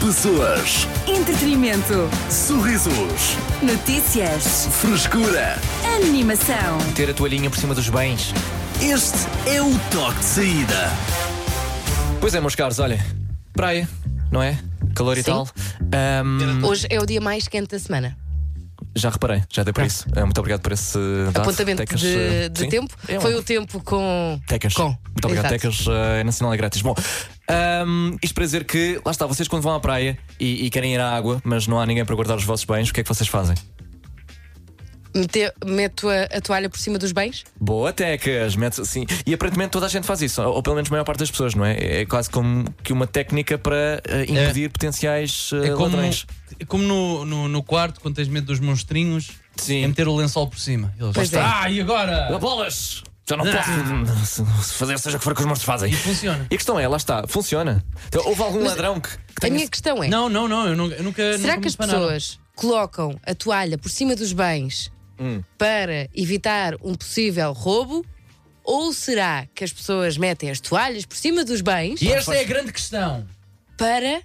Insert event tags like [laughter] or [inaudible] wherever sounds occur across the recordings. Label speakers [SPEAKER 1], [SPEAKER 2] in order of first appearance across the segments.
[SPEAKER 1] Pessoas,
[SPEAKER 2] Entretenimento.
[SPEAKER 1] sorrisos,
[SPEAKER 2] Notícias.
[SPEAKER 1] frescura.
[SPEAKER 2] Animação.
[SPEAKER 3] Ter a toalhinha por cima dos bens.
[SPEAKER 1] Este é o toque de saída.
[SPEAKER 3] Pois é, meus caros, olha. Praia, não é? Calor e
[SPEAKER 4] Sim.
[SPEAKER 3] tal. Ahm,
[SPEAKER 4] Hoje é o dia mais quente da semana.
[SPEAKER 3] já reparei, já dei por isso. Ah, muito obrigado por esse dado.
[SPEAKER 4] Apontamento
[SPEAKER 3] Tecas,
[SPEAKER 4] de,
[SPEAKER 3] eh,
[SPEAKER 4] de
[SPEAKER 3] Ah, sim.
[SPEAKER 4] tempo.
[SPEAKER 3] É um-
[SPEAKER 4] Foi o tempo com.
[SPEAKER 3] Tecas.
[SPEAKER 4] Com.
[SPEAKER 3] Muito obrigado,
[SPEAKER 4] Exato.
[SPEAKER 3] Tecas. eh, É nacional e grátis. Bom, ahm, isto para dizer que, lá está, vocês quando vão à praia e, e querem ir à água, mas não há ninguém para guardar os vossos bens, o que é que vocês fazem?
[SPEAKER 4] Mete- meto a, a toalha por cima dos bens.
[SPEAKER 3] Boa, Tecas! Mete assim. E aparentemente toda a gente faz isso, ou, ou pelo menos a maior parte das pessoas, não é? É quase como que uma técnica para eh, impedir potenciais eh,
[SPEAKER 5] É como,
[SPEAKER 3] ladrões.
[SPEAKER 5] é como no, no, no quarto, quando tens medo dos monstrinhos,
[SPEAKER 3] Sim.
[SPEAKER 5] é meter o lençol por cima. Eles,
[SPEAKER 4] Pois é.
[SPEAKER 5] Ah, e agora?
[SPEAKER 3] Ah, Bolas! Já não posso fazer seja o que for que os monstros fazem.
[SPEAKER 5] Ah. E funciona.
[SPEAKER 3] E a questão é, lá está, funciona. Então, houve algum ladrão que, que
[SPEAKER 4] A
[SPEAKER 3] tenha.
[SPEAKER 4] minha questão é:
[SPEAKER 5] Não, não, não, eu nunca. eu nunca
[SPEAKER 4] será
[SPEAKER 5] nunca
[SPEAKER 4] que
[SPEAKER 5] me
[SPEAKER 4] as
[SPEAKER 5] espanaram.
[SPEAKER 4] pessoas colocam a toalha por cima dos bens
[SPEAKER 3] Hum.
[SPEAKER 4] para evitar um possível roubo? Ou será que as pessoas metem as toalhas por cima dos bens
[SPEAKER 5] E esta é a grande questão.
[SPEAKER 4] para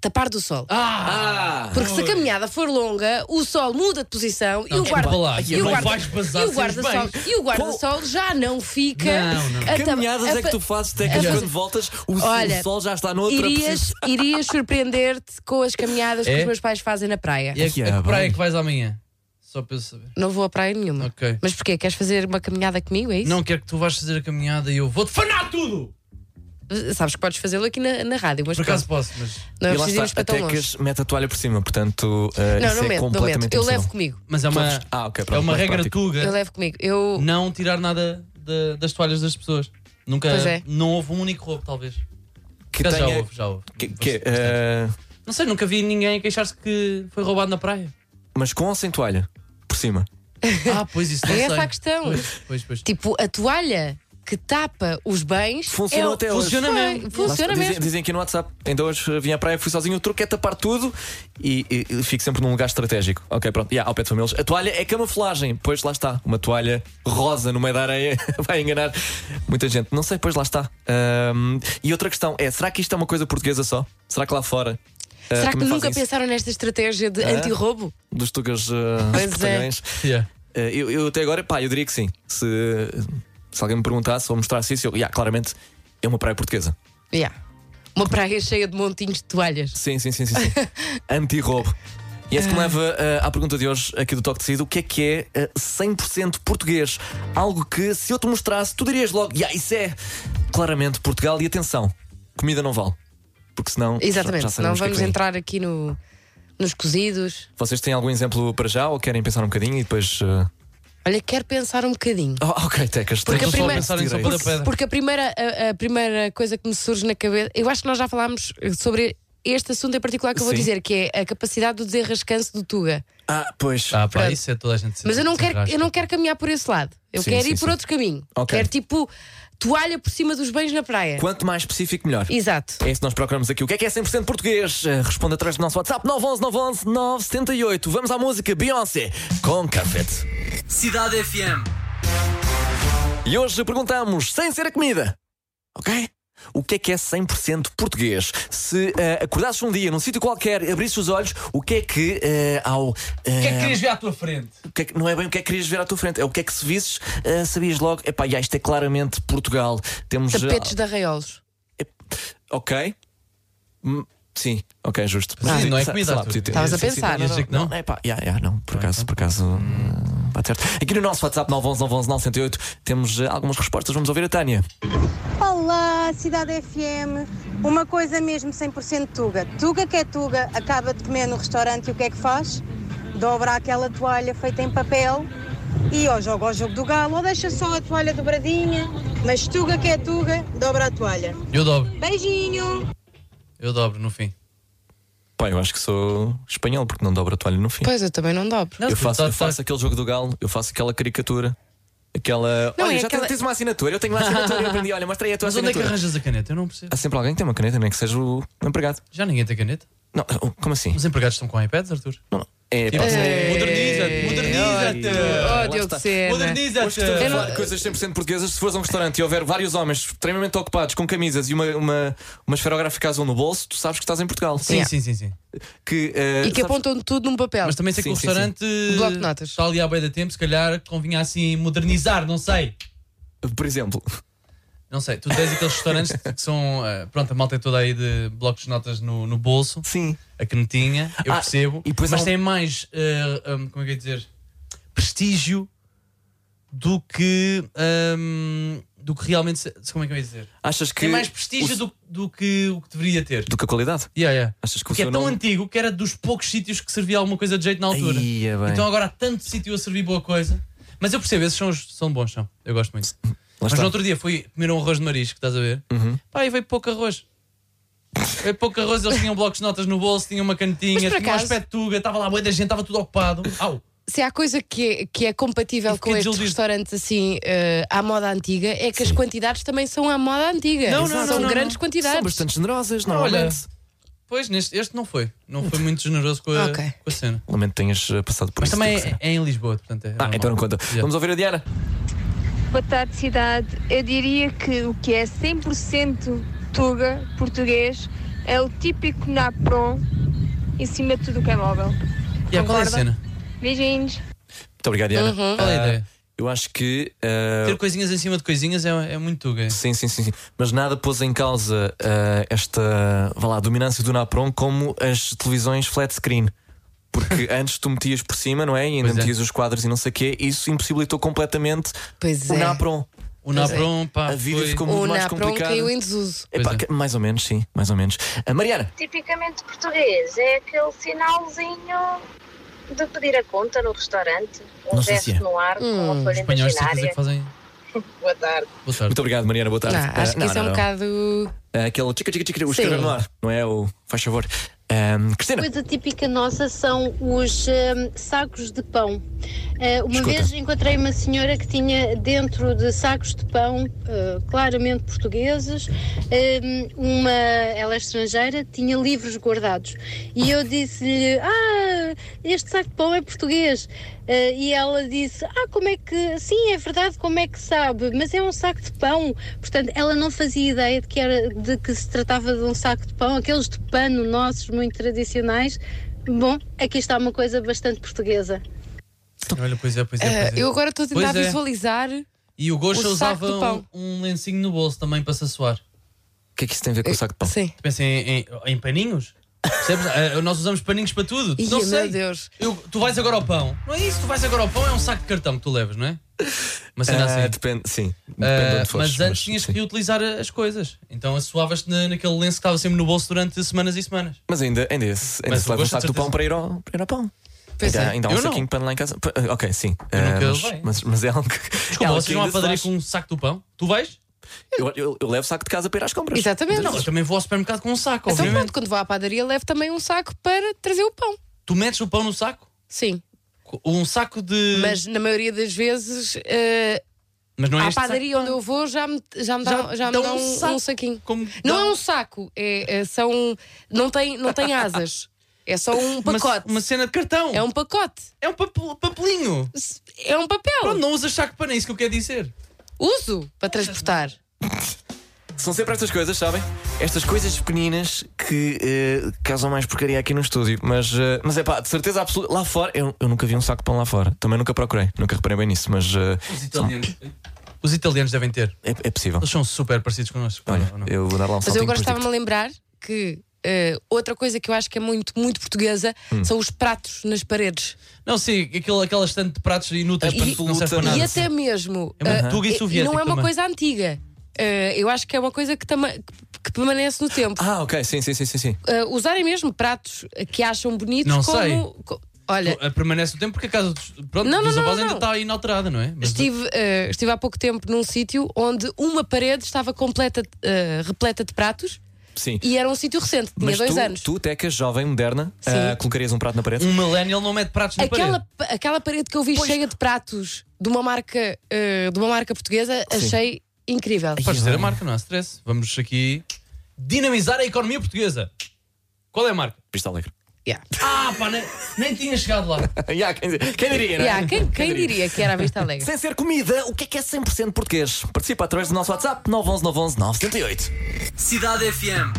[SPEAKER 4] tapar do sol?
[SPEAKER 3] Ah!
[SPEAKER 4] Porque se a caminhada for longa, o sol muda de posição e o guarda
[SPEAKER 5] desculpa lá,
[SPEAKER 4] e o
[SPEAKER 5] não
[SPEAKER 4] guarda-
[SPEAKER 5] vais basar
[SPEAKER 4] e o
[SPEAKER 5] sem
[SPEAKER 4] guarda-sol
[SPEAKER 5] os bens.
[SPEAKER 4] e o guarda-sol já não fica.
[SPEAKER 5] Não, não.
[SPEAKER 4] a
[SPEAKER 3] Que
[SPEAKER 4] tam-
[SPEAKER 3] caminhadas
[SPEAKER 4] a
[SPEAKER 3] é que tu
[SPEAKER 4] pa-
[SPEAKER 3] fazes, Tecas,
[SPEAKER 4] a-
[SPEAKER 3] quando voltas, o,
[SPEAKER 4] Olha,
[SPEAKER 3] o sol já está noutra
[SPEAKER 4] Irias,
[SPEAKER 3] posição.
[SPEAKER 4] irias surpreender-te com as caminhadas que
[SPEAKER 5] É?
[SPEAKER 4] os meus pais fazem na praia.
[SPEAKER 5] E a,
[SPEAKER 3] Que
[SPEAKER 5] a que praia
[SPEAKER 3] bem.
[SPEAKER 5] é que vais amanhã? Só para eu saber.
[SPEAKER 4] Não vou a praia nenhuma.
[SPEAKER 5] Ok.
[SPEAKER 4] Mas porquê? Queres fazer uma caminhada comigo? É isso?
[SPEAKER 5] Não quero que tu vás fazer a caminhada e eu vou-te fanar tudo!
[SPEAKER 4] Sabes que podes fazê-lo aqui na, na rádio, mas
[SPEAKER 5] Por acaso
[SPEAKER 4] pronto,
[SPEAKER 5] posso, mas.
[SPEAKER 4] não é
[SPEAKER 3] E lá
[SPEAKER 4] preciso
[SPEAKER 3] está,
[SPEAKER 4] irmos para
[SPEAKER 3] a
[SPEAKER 4] tão longe.
[SPEAKER 3] Tecas mete a toalha por cima, portanto, eh, isso
[SPEAKER 4] Não, não
[SPEAKER 3] é
[SPEAKER 4] meto, não meto.
[SPEAKER 3] completamente
[SPEAKER 4] Eu
[SPEAKER 3] impossível.
[SPEAKER 4] levo comigo.
[SPEAKER 5] Mas é uma.
[SPEAKER 3] Todos- ah, ok,
[SPEAKER 5] é
[SPEAKER 3] pronto,
[SPEAKER 5] uma
[SPEAKER 3] mais
[SPEAKER 5] regra
[SPEAKER 3] prático.
[SPEAKER 5] tuga
[SPEAKER 4] Eu levo comigo. Eu.
[SPEAKER 5] não tirar nada da- das toalhas das pessoas. Nunca.
[SPEAKER 4] Pois é.
[SPEAKER 5] Não houve um único roubo, talvez.
[SPEAKER 3] Que
[SPEAKER 5] Por acaso Já
[SPEAKER 3] tenha-
[SPEAKER 5] houve, já houve.
[SPEAKER 3] que- que, eh,
[SPEAKER 5] Não sei, nunca vi ninguém queixar-se que foi roubado na praia.
[SPEAKER 3] mas com ou sem toalha? Por cima.
[SPEAKER 5] Ah, pois isso não
[SPEAKER 4] É
[SPEAKER 5] sei.
[SPEAKER 4] essa a questão.
[SPEAKER 5] Pois, pois, pois.
[SPEAKER 4] Tipo, a toalha que tapa os bens.
[SPEAKER 3] Funcionou
[SPEAKER 4] é o-
[SPEAKER 3] até hoje.
[SPEAKER 5] Funciona mesmo.
[SPEAKER 4] Foi, funciona
[SPEAKER 3] Lá- dizem,
[SPEAKER 4] mesmo.
[SPEAKER 3] Dizem aqui no WhatsApp. Ainda hoje eh, vim à praia, fui sozinho, o truque é tapar tudo e, e- e fico sempre num lugar estratégico. Ok, pronto. Yeah, ao pé de famílias. A toalha é camuflagem. Pois lá está. Uma toalha rosa no meio da areia [laughs] vai enganar muita gente. Não sei, pois lá está. Ahm, e outra questão é: será que isto é uma coisa portuguesa só? Será que lá fora? eh,
[SPEAKER 4] Será que
[SPEAKER 3] também
[SPEAKER 4] nunca
[SPEAKER 3] fazem isso? É?
[SPEAKER 4] pensaram nesta estratégia de anti-roubo?
[SPEAKER 3] Dos tugas
[SPEAKER 4] Pois é.
[SPEAKER 3] portugueses.
[SPEAKER 5] Yeah.
[SPEAKER 3] Eh, eu, eu até agora, pá, eu diria que sim. Se, se alguém me perguntasse ou mostrasse isso, eu, yeah, claramente é uma praia portuguesa.
[SPEAKER 4] Yeah. Uma praia cheia de montinhos de toalhas.
[SPEAKER 3] Sim, sim, sim, sim.
[SPEAKER 4] [laughs]
[SPEAKER 3] sim. Anti-roubo. E
[SPEAKER 4] Ah.
[SPEAKER 3] esse que me leva eh, à pergunta de hoje, aqui do Toque de Saída: o que é que é eh, 100% português? Algo que, se eu te mostrasse, tu dirias logo, yeah, isso é claramente Portugal. E atenção, comida não vale. Porque senão. já-
[SPEAKER 4] Exatamente.
[SPEAKER 3] já
[SPEAKER 4] Senão
[SPEAKER 3] sabemos o que é que
[SPEAKER 4] vamos
[SPEAKER 3] vem.
[SPEAKER 4] entrar aqui no, nos cozidos.
[SPEAKER 3] Vocês têm algum exemplo para já ou querem pensar um bocadinho e depois. eh,
[SPEAKER 4] Olha, quero pensar um bocadinho.
[SPEAKER 3] Oh, ok, Tecas,
[SPEAKER 4] Porque
[SPEAKER 3] tens
[SPEAKER 4] a
[SPEAKER 3] todo
[SPEAKER 4] primeira-
[SPEAKER 3] esse
[SPEAKER 5] Estou só a pensar em
[SPEAKER 3] direito.
[SPEAKER 5] sopa da pedra.
[SPEAKER 4] Porque a primeira, a, a primeira coisa que me surge na cabeça. Eu acho que nós já falámos sobre este assunto em particular que eu vou
[SPEAKER 3] Sim.
[SPEAKER 4] dizer, que é a capacidade do desenrascanço do Tuga.
[SPEAKER 3] Ah, pois.
[SPEAKER 5] Ah, pá,
[SPEAKER 4] Pronto.
[SPEAKER 5] isso é toda a gente. se-
[SPEAKER 4] Mas eu não,
[SPEAKER 5] se
[SPEAKER 4] quero,
[SPEAKER 5] rasca.
[SPEAKER 4] eu não quero caminhar por esse lado. Eu
[SPEAKER 3] Sim,
[SPEAKER 4] quero
[SPEAKER 3] sim,
[SPEAKER 4] ir por
[SPEAKER 3] sim.
[SPEAKER 4] outro caminho.
[SPEAKER 3] Ok.
[SPEAKER 4] Quero tipo toalha por cima dos bens na praia.
[SPEAKER 3] Quanto mais específico, melhor.
[SPEAKER 4] Exato.
[SPEAKER 3] É isso que nós procuramos aqui. O que é que é 100% português? Eh, Responda através do nosso WhatsApp 911 911 978. Vamos à música Beyoncé com Cafete.
[SPEAKER 6] Cidade FM.
[SPEAKER 3] E hoje perguntamos, sem ser a comida, ok? O que é que é 100% português? Se eh, acordasses um dia num sítio qualquer, abrisses os olhos, o que é que eh, ao. eh,
[SPEAKER 5] O que é que querias ver à tua frente?
[SPEAKER 3] o que é que- não é bem o que é que querias ver à tua frente, é o que é que se visses, eh, sabias logo, epá, já, isto é claramente Portugal. Temos. eh,
[SPEAKER 4] Tapetes de arraiolos.
[SPEAKER 3] Ok. Hum, Sim, ok, justo.
[SPEAKER 5] Mas sim, não é
[SPEAKER 3] sei-
[SPEAKER 5] comida,
[SPEAKER 3] sei lá,
[SPEAKER 5] Arthur.
[SPEAKER 3] podia ter-
[SPEAKER 4] Estavas a
[SPEAKER 3] sim, sim,
[SPEAKER 4] pensar.
[SPEAKER 3] não,
[SPEAKER 5] Ias assim, dizer que
[SPEAKER 3] não,
[SPEAKER 5] não? Tá, então.
[SPEAKER 3] não, é pá, já, já, não, por acaso, por acaso. hum, Bate certo. Aqui no nosso WhatsApp 911-911-908 temos eh, algumas respostas. Vamos ouvir a Tânia.
[SPEAKER 7] Olá, Cidade FM. Uma coisa mesmo 100% Tuga. Tuga que é Tuga, acaba de comer no restaurante e o que é que faz? Dobra aquela toalha feita em papel e ou joga o jogo do galo ou deixa só a toalha dobradinha. Mas Tuga que é Tuga, dobra a toalha.
[SPEAKER 5] Eu dobro,
[SPEAKER 7] Beijinho!
[SPEAKER 5] eu dobro no fim.
[SPEAKER 3] Pá, eu acho que sou espanhol porque não dobro a toalha no fim.
[SPEAKER 4] Pois é. eu também não dobro.
[SPEAKER 5] Não,
[SPEAKER 3] eu faço, eu
[SPEAKER 5] tá-
[SPEAKER 3] faço
[SPEAKER 5] tá-
[SPEAKER 3] aquele jogo do galo, eu faço aquela caricatura. Aquela.
[SPEAKER 4] Não,
[SPEAKER 3] olha,
[SPEAKER 4] é
[SPEAKER 3] já
[SPEAKER 4] aquela-
[SPEAKER 3] tens uma assinatura, eu tenho uma assinatura, eu aprendi, olha, mostrei a tua
[SPEAKER 5] Mas onde é que
[SPEAKER 3] assinatura.
[SPEAKER 5] arranjas a caneta? Eu não percebo.
[SPEAKER 3] Há sempre alguém que tem uma caneta, nem que seja o empregado.
[SPEAKER 5] Já ninguém tem caneta.
[SPEAKER 3] Não, como assim?
[SPEAKER 5] Os empregados estão com iPads, Arthur. Tipo,
[SPEAKER 3] Não, não. É, pá,
[SPEAKER 5] Moderniza-te, moderniza-te.
[SPEAKER 4] Oh, Diogo
[SPEAKER 3] está.
[SPEAKER 4] Sena.
[SPEAKER 5] Moderniza-te.
[SPEAKER 4] Eu não-
[SPEAKER 3] Falar de coisas 100% portuguesas, se fores a um restaurante e houver vários homens extremamente ocupados com camisas e uma, uma, uma esferográfica azul no bolso, tu sabes que estás em Portugal.
[SPEAKER 5] Sim, sim, sim, sim.
[SPEAKER 3] Que, eh,
[SPEAKER 4] E que
[SPEAKER 3] sabes-
[SPEAKER 4] apontam tudo num papel.
[SPEAKER 5] Mas também sei que
[SPEAKER 3] Sim,
[SPEAKER 5] o
[SPEAKER 3] sim,
[SPEAKER 5] restaurante
[SPEAKER 4] Bloco de notas.
[SPEAKER 5] está ali à beira da tempo, se calhar convinha assim modernizar, não sei.
[SPEAKER 3] Por
[SPEAKER 5] [laughs]
[SPEAKER 3] exemplo,
[SPEAKER 5] Não sei, tu tens aqueles restaurantes que são. eh, pronto, a malta é toda aí de blocos de notas no, no bolso,
[SPEAKER 3] sim.
[SPEAKER 5] a canetinha, eu
[SPEAKER 3] Ah,
[SPEAKER 5] percebo.
[SPEAKER 3] e depois
[SPEAKER 5] mas
[SPEAKER 3] há um-
[SPEAKER 5] tem mais. eh, hum, como é que eu ia dizer? Prestígio do que. hum, do que realmente. se- Como é que eu ia dizer?
[SPEAKER 3] Achas que.
[SPEAKER 5] Tem mais prestígio
[SPEAKER 3] o-
[SPEAKER 5] do, do que o que deveria ter.
[SPEAKER 3] do que a qualidade?
[SPEAKER 5] Yeah, yeah.
[SPEAKER 3] Achas que um- o
[SPEAKER 5] Porque é
[SPEAKER 3] seu
[SPEAKER 5] tão
[SPEAKER 3] nome-
[SPEAKER 5] antigo que era dos poucos sítios que servia alguma coisa de jeito na altura.
[SPEAKER 3] Aí, é bem.
[SPEAKER 5] Então agora há tanto sítio a servir boa coisa. Mas eu percebo, esses são, os- são bons, são. Eu gosto muito. Mas
[SPEAKER 3] está. Uhum.
[SPEAKER 5] no outro dia fui comer um arroz de marisco, estás a ver? Pá, e veio pouco arroz. Veio pouco arroz, eles tinham blocos de notas no bolso, tinham uma cantinha,
[SPEAKER 4] Mas por
[SPEAKER 5] tinham um
[SPEAKER 4] acaso-
[SPEAKER 5] aspecto tuga, estava lá boa da gente, estava tudo ocupado. Au!
[SPEAKER 4] Se há coisa que é, que é
[SPEAKER 5] Eu
[SPEAKER 4] compatível
[SPEAKER 5] fiquei
[SPEAKER 4] com estes
[SPEAKER 5] desiludido.
[SPEAKER 4] restaurantes assim eh, à moda antiga é que as quantidades também são à moda antiga.
[SPEAKER 5] Não,
[SPEAKER 4] São
[SPEAKER 5] não, não, não,
[SPEAKER 4] grandes
[SPEAKER 5] não.
[SPEAKER 4] quantidades.
[SPEAKER 3] São bastante generosas,
[SPEAKER 5] Olha.
[SPEAKER 3] normalmente.
[SPEAKER 5] Pois, neste, este não foi. Não foi muito generoso com a,
[SPEAKER 4] Ok.
[SPEAKER 5] com a cena.
[SPEAKER 3] Lamento que tenhas eh, passado por
[SPEAKER 5] Mas
[SPEAKER 3] isso.
[SPEAKER 5] também
[SPEAKER 3] Diogo
[SPEAKER 5] é,
[SPEAKER 3] Sena.
[SPEAKER 5] é em Lisboa, portanto. É
[SPEAKER 3] Ah, então não conta.
[SPEAKER 5] Yeah.
[SPEAKER 3] Vamos ouvir a Diana.
[SPEAKER 6] Boa tarde, cidade. Eu diria que o que é 100% tuga, português, é o típico napron em cima de tudo que é móvel.
[SPEAKER 5] Yeah, qual é a
[SPEAKER 6] Concorda?
[SPEAKER 5] cena?
[SPEAKER 6] Beijinhos.
[SPEAKER 3] Muito obrigado, Diana.
[SPEAKER 5] Qual é a
[SPEAKER 3] Ah,
[SPEAKER 5] ideia?
[SPEAKER 3] Eu acho que. ah,
[SPEAKER 5] Ter coisinhas em cima de coisinhas é, é muito tuga.
[SPEAKER 3] Sim, sim, sim, sim. Mas nada pôs em causa ah, esta vá lá, dominância do Napron como as televisões flat screen.
[SPEAKER 5] [laughs]
[SPEAKER 3] Porque antes tu metias por cima, não é? E ainda
[SPEAKER 5] Pois é.
[SPEAKER 3] metias os quadros e não sei o quê. Isso impossibilitou completamente
[SPEAKER 4] Pois
[SPEAKER 3] o
[SPEAKER 4] é.
[SPEAKER 3] Napron.
[SPEAKER 5] O Napron, pá,
[SPEAKER 3] A vida
[SPEAKER 5] foi-
[SPEAKER 3] ficou muito
[SPEAKER 4] O
[SPEAKER 3] mais
[SPEAKER 4] Napron
[SPEAKER 3] complicada.
[SPEAKER 4] caiu em desuso.
[SPEAKER 3] Epá,
[SPEAKER 5] Pois é.
[SPEAKER 3] que- Mais ou menos, sim, mais ou menos. A Mariana,
[SPEAKER 8] tipicamente português. É aquele sinalzinho de pedir a conta no restaurante, um
[SPEAKER 3] Não sei
[SPEAKER 8] gesto
[SPEAKER 3] se é.
[SPEAKER 8] no ar com uma folha
[SPEAKER 5] espanhóis, de certeza
[SPEAKER 8] imaginária.
[SPEAKER 5] que fazem.
[SPEAKER 8] Boa tarde.
[SPEAKER 5] Boa tarde.
[SPEAKER 3] muito obrigado, Mariana, boa tarde.
[SPEAKER 4] Ah, acho
[SPEAKER 3] Ah,
[SPEAKER 4] que
[SPEAKER 3] não,
[SPEAKER 4] isso
[SPEAKER 3] não,
[SPEAKER 4] é um
[SPEAKER 3] não.
[SPEAKER 4] bocado.
[SPEAKER 3] Ah, Aquele tica tica tica, o
[SPEAKER 4] Sim.
[SPEAKER 3] escrever no ar, não é? O faz favor. Ahm, Cristina,
[SPEAKER 9] coisa típica nossa são os hum, sacos de pão. Eh, uma
[SPEAKER 3] Escuta.
[SPEAKER 9] vez encontrei uma senhora que tinha dentro de sacos de pão, eh, claramente portugueses, hum, uma, ela é estrangeira, tinha livros guardados. E eu disse-lhe: Ah, este saco de pão é português. Eh, e ela disse: Ah, como é que. Sim, é verdade, como é que sabe? Mas é um saco de pão. Portanto, ela não fazia ideia de que, era, de que se tratava de um saco de pão, aqueles de pano nossos, muito tradicionais. Bom, aqui está uma coisa bastante portuguesa.
[SPEAKER 5] Olha, pois é, pois é.
[SPEAKER 4] Ah,
[SPEAKER 5] pois é.
[SPEAKER 4] eu agora estou a tentar
[SPEAKER 5] Pois é.
[SPEAKER 4] visualizar.
[SPEAKER 5] E o Gosha
[SPEAKER 4] o saco
[SPEAKER 5] usava
[SPEAKER 4] de pão.
[SPEAKER 5] um, um lencinho no bolso também para se assoar.
[SPEAKER 3] o que é que isso tem a ver
[SPEAKER 5] Eh,
[SPEAKER 3] com o saco de pão?
[SPEAKER 4] Sim.
[SPEAKER 5] Pensa em, em, em paninhos? Percebes? Ah, nós usamos paninhos para tudo.
[SPEAKER 4] Ih,
[SPEAKER 5] não
[SPEAKER 4] meu
[SPEAKER 5] sei.
[SPEAKER 4] Deus.
[SPEAKER 5] Eu- tu vais agora ao pão. Não é isso, tu vais agora ao pão, é um saco de cartão que tu levas, não é? Mas ainda
[SPEAKER 3] Ah,
[SPEAKER 5] assim.
[SPEAKER 3] depende, sim.
[SPEAKER 5] Ah,
[SPEAKER 3] Depende de onde fores,
[SPEAKER 5] mas antes tinhas
[SPEAKER 3] sim.
[SPEAKER 5] que reutilizar a- as coisas. Então assoavas-te na- naquele lenço que estava sempre no bolso durante semanas e semanas.
[SPEAKER 3] Mas ainda, ainda, esse, ainda
[SPEAKER 5] Mas
[SPEAKER 3] se
[SPEAKER 5] o
[SPEAKER 3] leva um
[SPEAKER 5] gosto, é
[SPEAKER 3] saco
[SPEAKER 5] de
[SPEAKER 3] do pão
[SPEAKER 5] certeza.
[SPEAKER 3] para ir ao, para ir ao pão.
[SPEAKER 4] Pois
[SPEAKER 3] ainda,
[SPEAKER 4] é.
[SPEAKER 3] ainda há um
[SPEAKER 5] Eu não.
[SPEAKER 3] saquinho de pano lá em casa. P- ah, Ok, sim. Ah,
[SPEAKER 5] nunca
[SPEAKER 3] mas,
[SPEAKER 5] levei.
[SPEAKER 3] mas, mas é algo que. é
[SPEAKER 5] Desculpa,
[SPEAKER 3] algo que
[SPEAKER 5] vocês vão à
[SPEAKER 3] ainda se
[SPEAKER 5] padaria
[SPEAKER 3] faz.
[SPEAKER 5] com um saco do pão? Tu vais?
[SPEAKER 3] Eu, eu- eu levo saco de casa para ir às compras.
[SPEAKER 4] Exatamente.
[SPEAKER 5] Não, eu também vou ao supermercado com um saco,
[SPEAKER 4] Então
[SPEAKER 5] obviamente.
[SPEAKER 4] pronto, quando vou à padaria, levo também um saco para trazer o pão.
[SPEAKER 5] Tu metes o pão no saco?
[SPEAKER 4] Sim.
[SPEAKER 5] Um saco de.
[SPEAKER 4] Mas na maioria das vezes, eh,
[SPEAKER 5] Mas não é
[SPEAKER 4] à
[SPEAKER 5] este saco.
[SPEAKER 4] padaria onde eu vou, já me, já me dão,
[SPEAKER 5] Já
[SPEAKER 4] já me
[SPEAKER 5] dão
[SPEAKER 4] dão
[SPEAKER 5] um
[SPEAKER 4] um,
[SPEAKER 5] saco.
[SPEAKER 4] saquinho.
[SPEAKER 5] Como
[SPEAKER 4] Não
[SPEAKER 5] dá-
[SPEAKER 4] é um saco, é, é- são. Não tem, não tem asas. É só um
[SPEAKER 5] uma-
[SPEAKER 4] pacote.
[SPEAKER 5] Uma, cena de cartão.
[SPEAKER 4] É um pacote.
[SPEAKER 5] É um papel- papelinho.
[SPEAKER 4] É um papel.
[SPEAKER 5] Pronto, não usas saco para nem isso que eu quero dizer.
[SPEAKER 4] Uso para transportar.
[SPEAKER 3] São sempre estas coisas, sabem? Estas coisas pequeninas que eh, causam mais porcaria aqui no estúdio. Mas, eh, mas é pá, de certeza absoluta. Lá fora, eu, eu nunca vi um saco de pão lá fora. Também nunca procurei, nunca reparei bem nisso, mas eh,
[SPEAKER 5] Os italianos. Os italianos devem ter.
[SPEAKER 3] é, é possível.
[SPEAKER 5] Eles são super parecidos connosco.
[SPEAKER 3] Olha,
[SPEAKER 5] ou não?
[SPEAKER 3] eu vou dar lá um
[SPEAKER 4] Mas eu
[SPEAKER 3] saltinho
[SPEAKER 4] agora
[SPEAKER 3] depois
[SPEAKER 4] estava-me a lembrar que eh, outra coisa que eu acho que é muito, muito portuguesa
[SPEAKER 5] Hum.
[SPEAKER 4] são os pratos nas paredes.
[SPEAKER 5] Não, sim, aquele, aquela estante de pratos inúteis
[SPEAKER 3] E-
[SPEAKER 5] para que não serve para nada.
[SPEAKER 4] E até mesmo.
[SPEAKER 5] É muito
[SPEAKER 4] eh,
[SPEAKER 5] tuga e
[SPEAKER 4] e- e
[SPEAKER 5] soviético
[SPEAKER 4] não é uma
[SPEAKER 5] também.
[SPEAKER 4] coisa antiga. Eh, eu acho que é uma coisa que, tama- que- que permanece no tempo.
[SPEAKER 3] Ah, ok, sim, sim, sim, sim. sim.
[SPEAKER 4] Eh, usarem mesmo pratos que acham bonitos
[SPEAKER 5] Não
[SPEAKER 4] como.
[SPEAKER 5] sei.
[SPEAKER 4] co- olha,
[SPEAKER 5] Tu- eh, Permanece o tempo porque a casa dos, pronto,
[SPEAKER 4] Não, não,
[SPEAKER 5] dos
[SPEAKER 4] não,
[SPEAKER 5] avós
[SPEAKER 4] não.
[SPEAKER 5] ainda está inalterada, não é? Mas-
[SPEAKER 4] Estive, eh, estive há pouco tempo num sítio onde uma parede estava completa, eh, repleta de pratos
[SPEAKER 3] sim.
[SPEAKER 4] e era um sítio recente, tinha
[SPEAKER 3] mas
[SPEAKER 4] dois
[SPEAKER 3] tu,
[SPEAKER 4] anos.
[SPEAKER 3] tu, Teca, jovem, moderna,
[SPEAKER 4] Sim. Hum.
[SPEAKER 3] ah, colocarias um prato na parede?
[SPEAKER 5] Um millennial não mete pratos na
[SPEAKER 4] aquela,
[SPEAKER 5] parede.
[SPEAKER 4] pa- aquela parede que eu vi cheia de pratos de uma marca, eh, de uma marca portuguesa, achei incrível.
[SPEAKER 5] Podes dizer a marca, não há stress. Vamos aqui dinamizar a economia portuguesa. Qual é a marca?
[SPEAKER 3] Vista alegre. [laughs]
[SPEAKER 4] Yeah.
[SPEAKER 5] Ah, pá, nem, nem tinha chegado lá.
[SPEAKER 3] Ya, quem, quem diria, não é?
[SPEAKER 4] Yeah, quem, quem diria que era a Vista Alegre?
[SPEAKER 3] Sem ser comida, o que é que é 100% português? Participa através do nosso WhatsApp 911 911 978.
[SPEAKER 1] Cidade FM.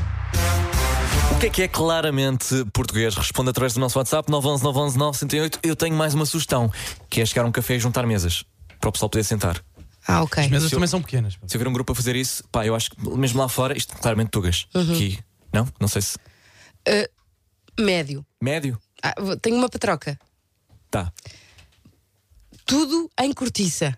[SPEAKER 3] O que é que é claramente português? Responda através do nosso WhatsApp 911 911 908. Eu tenho mais uma sugestão, que é chegar a um café e juntar mesas, para o pessoal poder sentar.
[SPEAKER 4] Ah, ok.
[SPEAKER 5] Mas as também são pequenas. pá.
[SPEAKER 3] Se houver um grupo a fazer isso, pá, eu acho que mesmo lá fora, isto é claramente tugas. Aqui, não? Não sei se.
[SPEAKER 4] Médio.
[SPEAKER 3] Médio?
[SPEAKER 4] Ah, vou- tenho uma patroca.
[SPEAKER 3] Tá.
[SPEAKER 4] Tudo em cortiça.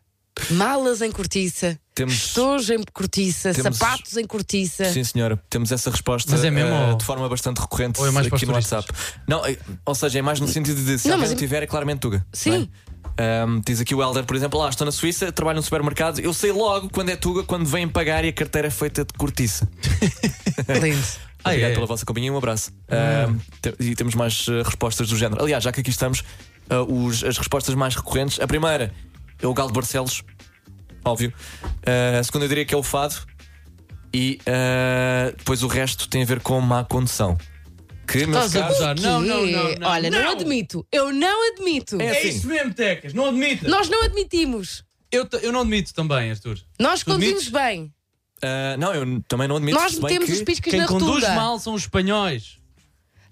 [SPEAKER 4] Malas em cortiça.
[SPEAKER 3] Temos-
[SPEAKER 4] Estojos em cortiça.
[SPEAKER 3] Temos-
[SPEAKER 4] Sapatos em cortiça.
[SPEAKER 3] Sim, senhora, temos essa resposta
[SPEAKER 5] É. Mas é mesmo,
[SPEAKER 3] eh,
[SPEAKER 5] ou-
[SPEAKER 3] de forma bastante recorrente
[SPEAKER 5] ou é mais para
[SPEAKER 3] aqui
[SPEAKER 5] os
[SPEAKER 3] no
[SPEAKER 5] turistas?
[SPEAKER 3] WhatsApp. Não, eh, ou seja, é mais no sentido de se
[SPEAKER 4] Não,
[SPEAKER 3] alguém
[SPEAKER 4] mas-
[SPEAKER 3] o tiver, é claramente Tuga.
[SPEAKER 4] Sim.
[SPEAKER 3] não é? Ahm, diz aqui o Helder, por exemplo, lá estou na Suíça, trabalho num supermercado, eu sei logo quando é Tuga, quando vêm pagar e a carteira é feita de cortiça.
[SPEAKER 4] Lindo.
[SPEAKER 5] Ah,
[SPEAKER 3] Obrigado
[SPEAKER 5] é?
[SPEAKER 3] pela vossa companhia, um abraço. Ahm, te- e temos mais eh, respostas do género. Aliás, já que aqui estamos, ah, os- as respostas mais recorrentes. A primeira é o Galo de Barcelos, óbvio. Ah, a segunda eu diria que é o Fado. E ah, depois o resto tem a ver com má condução. Que, [laughs] meus
[SPEAKER 5] Estás a
[SPEAKER 3] caros,
[SPEAKER 5] gozar? Ah, Não, não,
[SPEAKER 4] Que-
[SPEAKER 5] não, não.
[SPEAKER 4] Olha, não, admito. Eu não admito.
[SPEAKER 3] É.
[SPEAKER 5] É isso mesmo, Tecas, não admito.
[SPEAKER 4] Nós não admitimos.
[SPEAKER 5] Eu, t- eu não admito também, Arthur.
[SPEAKER 4] Nós
[SPEAKER 5] Tu
[SPEAKER 4] conduzimos
[SPEAKER 5] admites?
[SPEAKER 4] bem.
[SPEAKER 3] ah, não, eu também não é admito
[SPEAKER 4] Nós
[SPEAKER 3] se bem
[SPEAKER 4] metemos
[SPEAKER 3] que
[SPEAKER 4] os piscas
[SPEAKER 5] Quem
[SPEAKER 4] na
[SPEAKER 5] conduz
[SPEAKER 4] rotunda.
[SPEAKER 5] mal são os espanhóis.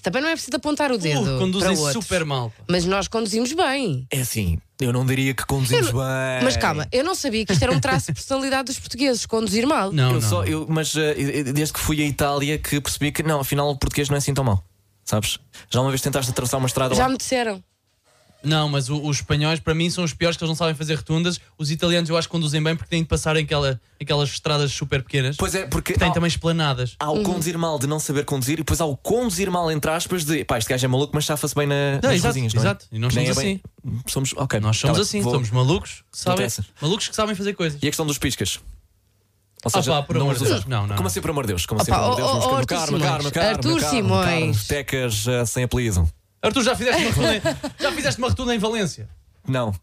[SPEAKER 4] Também não é preciso apontar o dedo.
[SPEAKER 5] Uh,
[SPEAKER 4] para
[SPEAKER 5] conduzem
[SPEAKER 4] outros.
[SPEAKER 5] super mal. pá.
[SPEAKER 4] Mas nós conduzimos bem.
[SPEAKER 3] É assim, eu não diria que conduzimos
[SPEAKER 4] Eu
[SPEAKER 3] bem.
[SPEAKER 4] Mas calma, eu não sabia que isto era um traço de personalidade dos portugueses, conduzir mal.
[SPEAKER 5] Não,
[SPEAKER 3] Eu
[SPEAKER 5] não.
[SPEAKER 3] só, eu, mas eh, eh, desde que fui à Itália que percebi que não, afinal o português não é assim tão mau. Sabes? Já uma vez tentaste atravessar uma estrada
[SPEAKER 4] Já
[SPEAKER 3] lá.
[SPEAKER 4] me disseram.
[SPEAKER 5] Não, mas o- os espanhóis para mim são os piores que eles não sabem fazer rotundas. Os italianos eu acho que conduzem bem porque têm de passar em aquela, aquelas estradas super pequenas.
[SPEAKER 3] Pois é, Ah, porque
[SPEAKER 5] Têm
[SPEAKER 3] há,
[SPEAKER 5] também esplanadas.
[SPEAKER 4] Uhum.
[SPEAKER 3] há o conduzir mal de não saber conduzir e depois há o conduzir mal, entre aspas, de pá, este gajo é maluco, mas chafa-se bem na,
[SPEAKER 5] Não,
[SPEAKER 3] nas
[SPEAKER 5] exato,
[SPEAKER 3] coisinhas, não é?
[SPEAKER 5] exato. E nós
[SPEAKER 3] Que nem
[SPEAKER 5] somos assim.
[SPEAKER 3] é bem- Somos, ok,
[SPEAKER 5] Nós somos
[SPEAKER 3] tá bem,
[SPEAKER 5] assim,
[SPEAKER 3] vou-
[SPEAKER 5] somos malucos que, sabem,
[SPEAKER 3] interessa.
[SPEAKER 5] malucos que sabem fazer coisas.
[SPEAKER 3] E a questão dos piscas? Ou
[SPEAKER 5] Ah pá, por
[SPEAKER 3] não
[SPEAKER 5] amor
[SPEAKER 3] os
[SPEAKER 5] de Deus.
[SPEAKER 3] usar.
[SPEAKER 5] Não, não,
[SPEAKER 3] Como
[SPEAKER 5] não.
[SPEAKER 3] assim, por amor de Deus? Como assim,
[SPEAKER 4] pá,
[SPEAKER 3] por amor de Deus?
[SPEAKER 4] oh,
[SPEAKER 3] Vamos
[SPEAKER 4] oh,
[SPEAKER 3] pôr no
[SPEAKER 4] Arthur
[SPEAKER 3] carro, no carro, no
[SPEAKER 4] Simões.
[SPEAKER 3] carro, no
[SPEAKER 4] Arthur
[SPEAKER 3] carro, no carro.
[SPEAKER 4] Simões.
[SPEAKER 3] Tecas eh, sem apelido.
[SPEAKER 5] Arthur, já fizeste
[SPEAKER 3] [laughs]
[SPEAKER 5] uma rotunda, em- já fizeste uma rotunda em Valência?
[SPEAKER 3] Não.